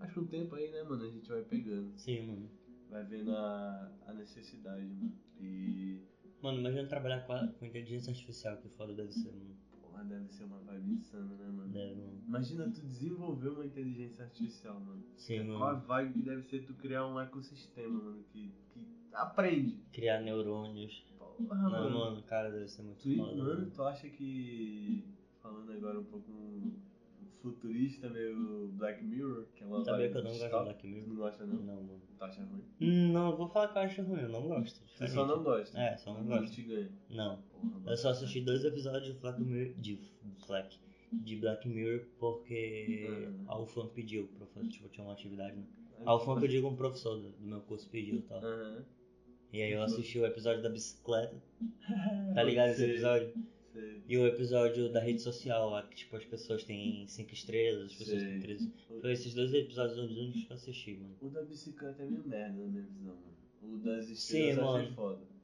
A: Acho que um tempo aí, né, mano, a gente vai pegando.
B: Sim, mano.
A: Vai vendo a, a necessidade, mano. E,
B: Mano, imagina trabalhar com, a, com inteligência artificial, que foda deve ser, mano.
A: porra, deve ser uma vibe insana, né, mano?
B: Deve, mano.
A: Imagina tu desenvolver uma inteligência artificial, mano. É
B: Sim,
A: Qual a
B: mano.
A: vibe que deve ser tu criar um ecossistema, mano, que, que aprende.
B: Criar neurônios.
A: Porra,
B: Não,
A: Ah, mano.
B: mano, cara, deve ser muito
A: Tu,
B: foda,
A: mano,
B: mano.
A: tu acha que. Falando agora um pouco um futurista, meio Black Mirror, que é uma
B: Sabia
A: vibe
B: que eu não
A: de distópica?
B: gosto de Black
A: Tu
B: Mirror?
A: não gosta não?
B: Não, mano.
A: Tu acha ruim?
B: Não, eu vou falar que eu acho ruim, eu não gosto.
A: Tu só não gosta.
B: É, só não
A: Não
B: gosto.
A: te ganha.
B: Não.
A: Porra,
B: Eu só
A: bacana.
B: assisti dois episódios de Flack do meu. De Flack. de Black Mirror porque
A: Uhum.
B: a UFAM pediu, professor, tipo, tinha uma atividade, né?
A: É
B: A
A: tipo assim
B: UFAM pediu um professor do, do meu curso pediu e tal.
A: Aham.
B: E aí eu
A: Uhum.
B: assisti o episódio da bicicleta, tá ligado esse episódio?
A: Sei.
B: E o episódio da rede social, lá que tipo as pessoas têm 5 estrelas, as pessoas
A: Sei.
B: têm 13. Foi esses dois episódios onde eu nunca assisti, mano.
A: O da bicicleta é meio merda na minha visão, mano. O das
B: Sim,
A: estrelas eu achei
B: mano.
A: foda.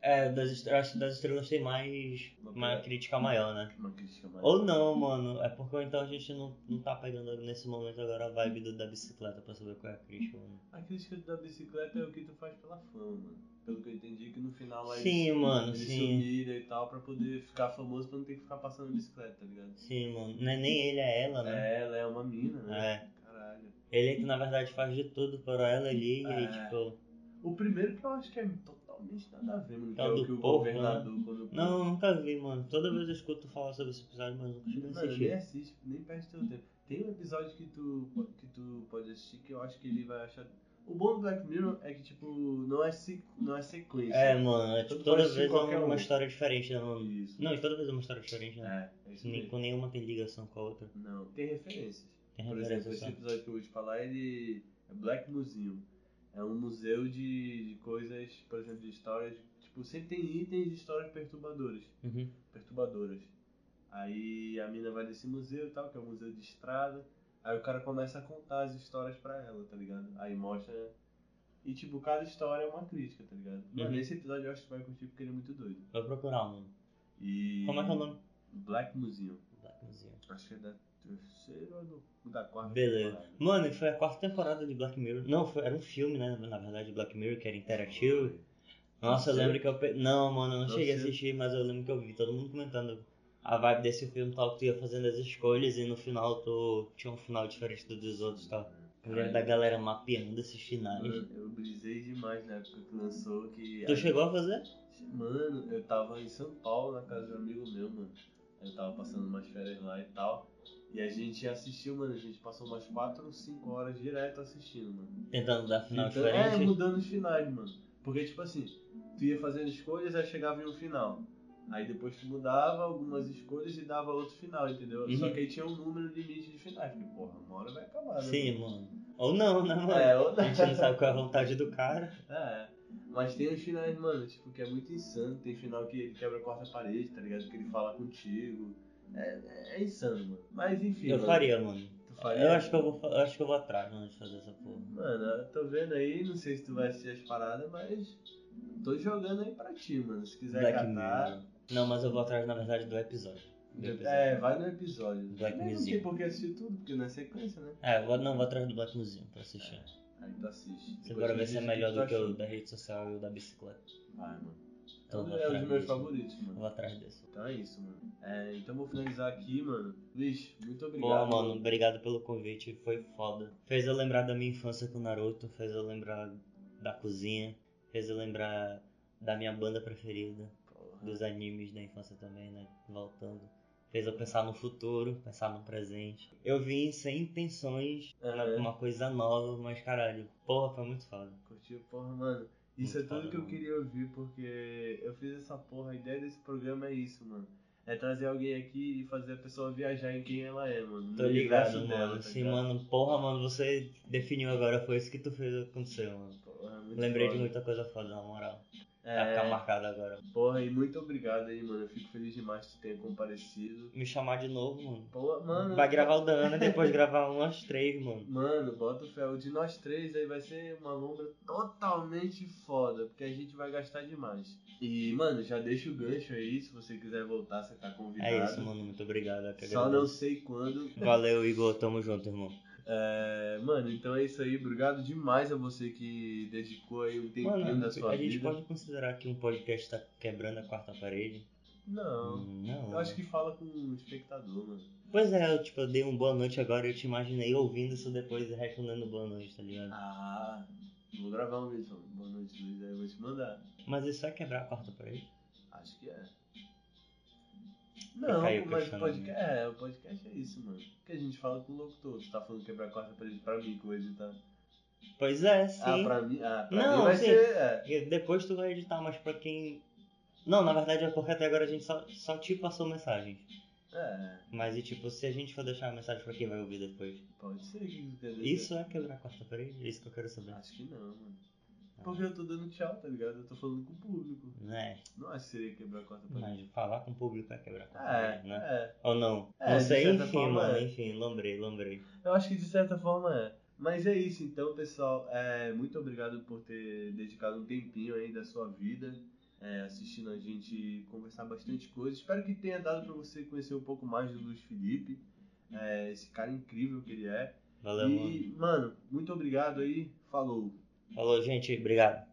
B: É, das, estre- acho que das estrelas tem mais.
A: Uma
B: uma
A: pegada.
B: crítica maior, né?
A: Uma crítica mais.
B: Ou não, mano. É porque então a gente não, não tá pegando nesse momento agora a vibe do, da bicicleta pra saber qual é a crítica, mano.
A: A crítica da bicicleta é o que tu faz pela fama, mano. Pelo que eu entendi, que no final aí
B: Sim, mano,
A: ele se
B: sim.
A: humilha e tal pra poder ficar famoso pra não ter que ficar passando bicicleta, tá ligado?
B: Sim, mano. Não é nem ele, é ela, né?
A: É, ela é uma mina, né?
B: É.
A: Caralho.
B: Ele é que na verdade faz de tudo para ela ali e aí,
A: É.
B: tipo.
A: O primeiro que eu acho que é totalmente nada a ver, mano. Que
B: É
A: é
B: o
A: o
B: do
A: que o
B: porco,
A: governador quando.
B: Não, eu nunca vi, mano. Toda vez eu escuto falar sobre esse episódio, mas nunca cheguei a
A: Mano, é nem
B: assistir.
A: assiste, nem perde teu tempo. Tem um episódio que tu, que tu pode assistir que eu acho que ele vai achar. O bom do Black Mirror é que, tipo, não é, se... não é sequência.
B: É, mano, é, tipo,
A: Tanto
B: toda
A: faz
B: vez é
A: qualquer
B: uma
A: um.
B: história diferente, né, mano?
A: Isso.
B: Não, e toda vez é uma história diferente, né?
A: É, é isso
B: Nem,
A: mesmo.
B: com nenhuma tem ligação com a outra.
A: Não, tem referências.
B: Tem
A: Por
B: referência
A: exemplo, esse
B: só.
A: episódio que eu vou te falar, ele é Black Museum. É um museu de, de coisas, por exemplo, de histórias. Tipo, sempre tem itens de histórias perturbadoras.
B: Uhum.
A: perturbadoras. Aí a mina vai nesse museu e tal, que é um museu de estrada. Aí o cara começa a contar as histórias pra ela, tá ligado? Aí mostra. E tipo, cada história é uma crítica, tá ligado? Mano,
B: Uhum.
A: nesse episódio eu acho que tu vai curtir porque ele é muito doido.
B: Vou procurar, mano.
A: E.
B: Como é que é o nome?
A: Black Museum.
B: Black Museum.
A: Acho que é da terceira ou do- da quarta.
B: Beleza.
A: temporada.
B: Mano, e foi a quarta temporada de Black Mirror. Não, foi, era um filme, né? Na verdade, Black Mirror, que era interativo. Nossa, eu
A: Sério?
B: lembro que eu. pe- Não, mano, eu não,
A: Não
B: cheguei a
A: sei.
B: assistir, mas eu lembro que eu vi todo mundo comentando a vibe desse filme tal, que tu ia fazendo as escolhas e no final tu tinha um final diferente do dos outros tal. Eu lembro da galera mapeando esses finais.
A: Mano, eu brisei demais na época que lançou que.
B: Tu chegou a fazer?
A: Mano, eu tava em São Paulo na casa de um amigo meu, mano. Eu tava passando umas férias lá e tal. E a gente assistiu, mano. A gente passou umas 4 ou 5 horas direto assistindo, mano.
B: Tentando dar final
A: Então, é,
B: diferente?
A: mudando os finais, mano. Porque, tipo assim, tu ia fazendo escolhas, aí chegava em um final. Aí depois tu mudava algumas escolhas e dava outro final, entendeu?
B: Uhum.
A: Só que aí tinha um número limite de finais. Porque, porra, uma hora vai acabar, né?
B: Sim, mano. Ou não, né, mano?
A: É, ou
B: A
A: não.
B: gente não sabe qual é a vontade do cara.
A: É, mas tem uns finais, mano, tipo, que é muito insano. Tem final que ele quebra a quarta parede, tá ligado? Que ele fala contigo. É, é insano, mano. Mas enfim.
B: Eu
A: mano,
B: faria, mano.
A: Tu faria?
B: Eu acho que eu vou, fa- eu acho que eu vou atrás, mano, de fazer essa porra.
A: Mano, eu tô vendo aí, não sei se tu vai assistir as paradas, mas. Tô jogando aí pra ti, mano. Se quiser
B: Black
A: catar.
B: Mirror. Não, mas eu vou atrás, na verdade, do episódio. Do episódio.
A: É, vai no episódio.
B: Black
A: Também Não
B: Museum.
A: tem por que assistir tudo, porque não é sequência, né?
B: É, eu vou, não, vou atrás do Black Museum pra assistir.
A: Aí tu assiste.
B: Você
A: Depois
B: bora
A: tu
B: ver
A: diz
B: se é
A: o
B: melhor
A: tu
B: do que o
A: achou.
B: da rede social e o da bicicleta.
A: Vai, mano.
B: Então eu vou
A: é um
B: atrás
A: dos meus
B: disso.
A: favoritos,
B: Eu
A: mano.
B: Vou atrás desse.
A: Então é isso, mano. É, então vou finalizar aqui, mano. Luiz, muito
B: Bom,
A: obrigado.
B: mano, obrigado pelo convite, foi foda. Fez eu lembrar da minha infância com o Naruto, fez eu lembrar da cozinha, fez eu lembrar da minha banda preferida,
A: Porra.
B: dos animes da infância também, né? Voltando. Fez eu pensar no futuro, pensar no presente. Eu vim sem intenções,
A: Aham.
B: uma coisa nova, mas caralho, porra, foi muito foda.
A: Curtiu, porra, mano. Isso
B: Muito
A: é tudo
B: foda,
A: que eu
B: mano.
A: queria ouvir, porque eu fiz essa porra. A ideia desse programa é isso, mano. É trazer alguém aqui e fazer a pessoa viajar em quem ela é, mano. no
B: Tô
A: universo
B: ligado, mano.
A: tá
B: Sim,
A: ligado?
B: mano. Porra, mano, você definiu agora. Foi isso que tu fez acontecer, mano.
A: Porra, é muito
B: Lembrei
A: foda.
B: de Tá, muita coisa foda, na moral. Vai ficar
A: É,
B: marcado agora.
A: porra, e muito obrigado aí, mano. Eu fico feliz demais que tu tenha comparecido.
B: Me chamar de novo, mano.
A: Porra, mano.
B: Vai gravar o da Ana e depois gravar um às três, mano.
A: Mano, bota o fé. O de nós três aí vai ser uma lombra totalmente foda, porque a gente vai gastar demais. E, mano, já deixa o gancho aí, se você quiser voltar, você tá convidado.
B: É isso, mano. Muito obrigado. eu que
A: Só não
B: agradeço.
A: sei quando.
B: Valeu, Igor. Tamo junto, irmão.
A: É, mano, então é isso aí. Obrigado demais a você que dedicou aí um tempinho
B: Mano,
A: da sua
B: a gente
A: vida.
B: pode considerar que um podcast tá quebrando a quarta parede?
A: Não.
B: Hum, Não.
A: Eu acho que fala com o espectador, mano.
B: Pois é, eu, tipo, eu dei um boa noite agora e eu te imaginei ouvindo isso depois e respondendo boa noite, tá ligado?
A: Ah, vou gravar um vídeo. Boa noite, Luiz. Aí eu vou te mandar.
B: Mas isso é quebrar a quarta parede?
A: Acho que é. Não,
B: aí o
A: mas
B: questionamento.
A: podcast, é, o podcast é isso, mano. Que a gente fala com o locutor. Tu tá falando quebrar a quarta parede pra mim que eu vou editar.
B: Pois é, sim.
A: Ah, pra mim, ah, pra
B: Não,
A: mim vai
B: sim.
A: ser. é.
B: E depois tu vai editar, mas pra quem. Não, na verdade é porque até agora a gente só, só te passou mensagens.
A: É,
B: Mas e tipo, se a gente for deixar uma mensagem pra quem vai ouvir depois.
A: pode ser que isso tenha
B: Isso é quebrar a quarta parede? Isso que eu quero
A: dado certo.
B: saber.
A: Acho que não, mano. É. Porque eu tô dando tchau, tá ligado? Eu tô falando com o público.
B: Né?
A: Não acho que seria quebrar a quarta parede.
B: Mas falar com o público é quebrar a quarta
A: É,
B: parede, né?
A: é.
B: Ou não?
A: É,
B: não
A: de
B: sei,
A: certa
B: enfim,
A: forma,
B: mano,
A: é.
B: enfim, lembrei, lembrei.
A: Eu acho que de certa forma é. Mas é isso, então, pessoal. É, muito obrigado por ter dedicado um tempinho aí da sua vida. é, assistindo a gente conversar bastante coisa. Espero que tenha dado pra você conhecer um pouco mais do Luiz Felipe. é, esse cara incrível que ele é.
B: Valeu, mano.
A: E, mano, muito obrigado aí. Falou.
B: Falou, gente, obrigado.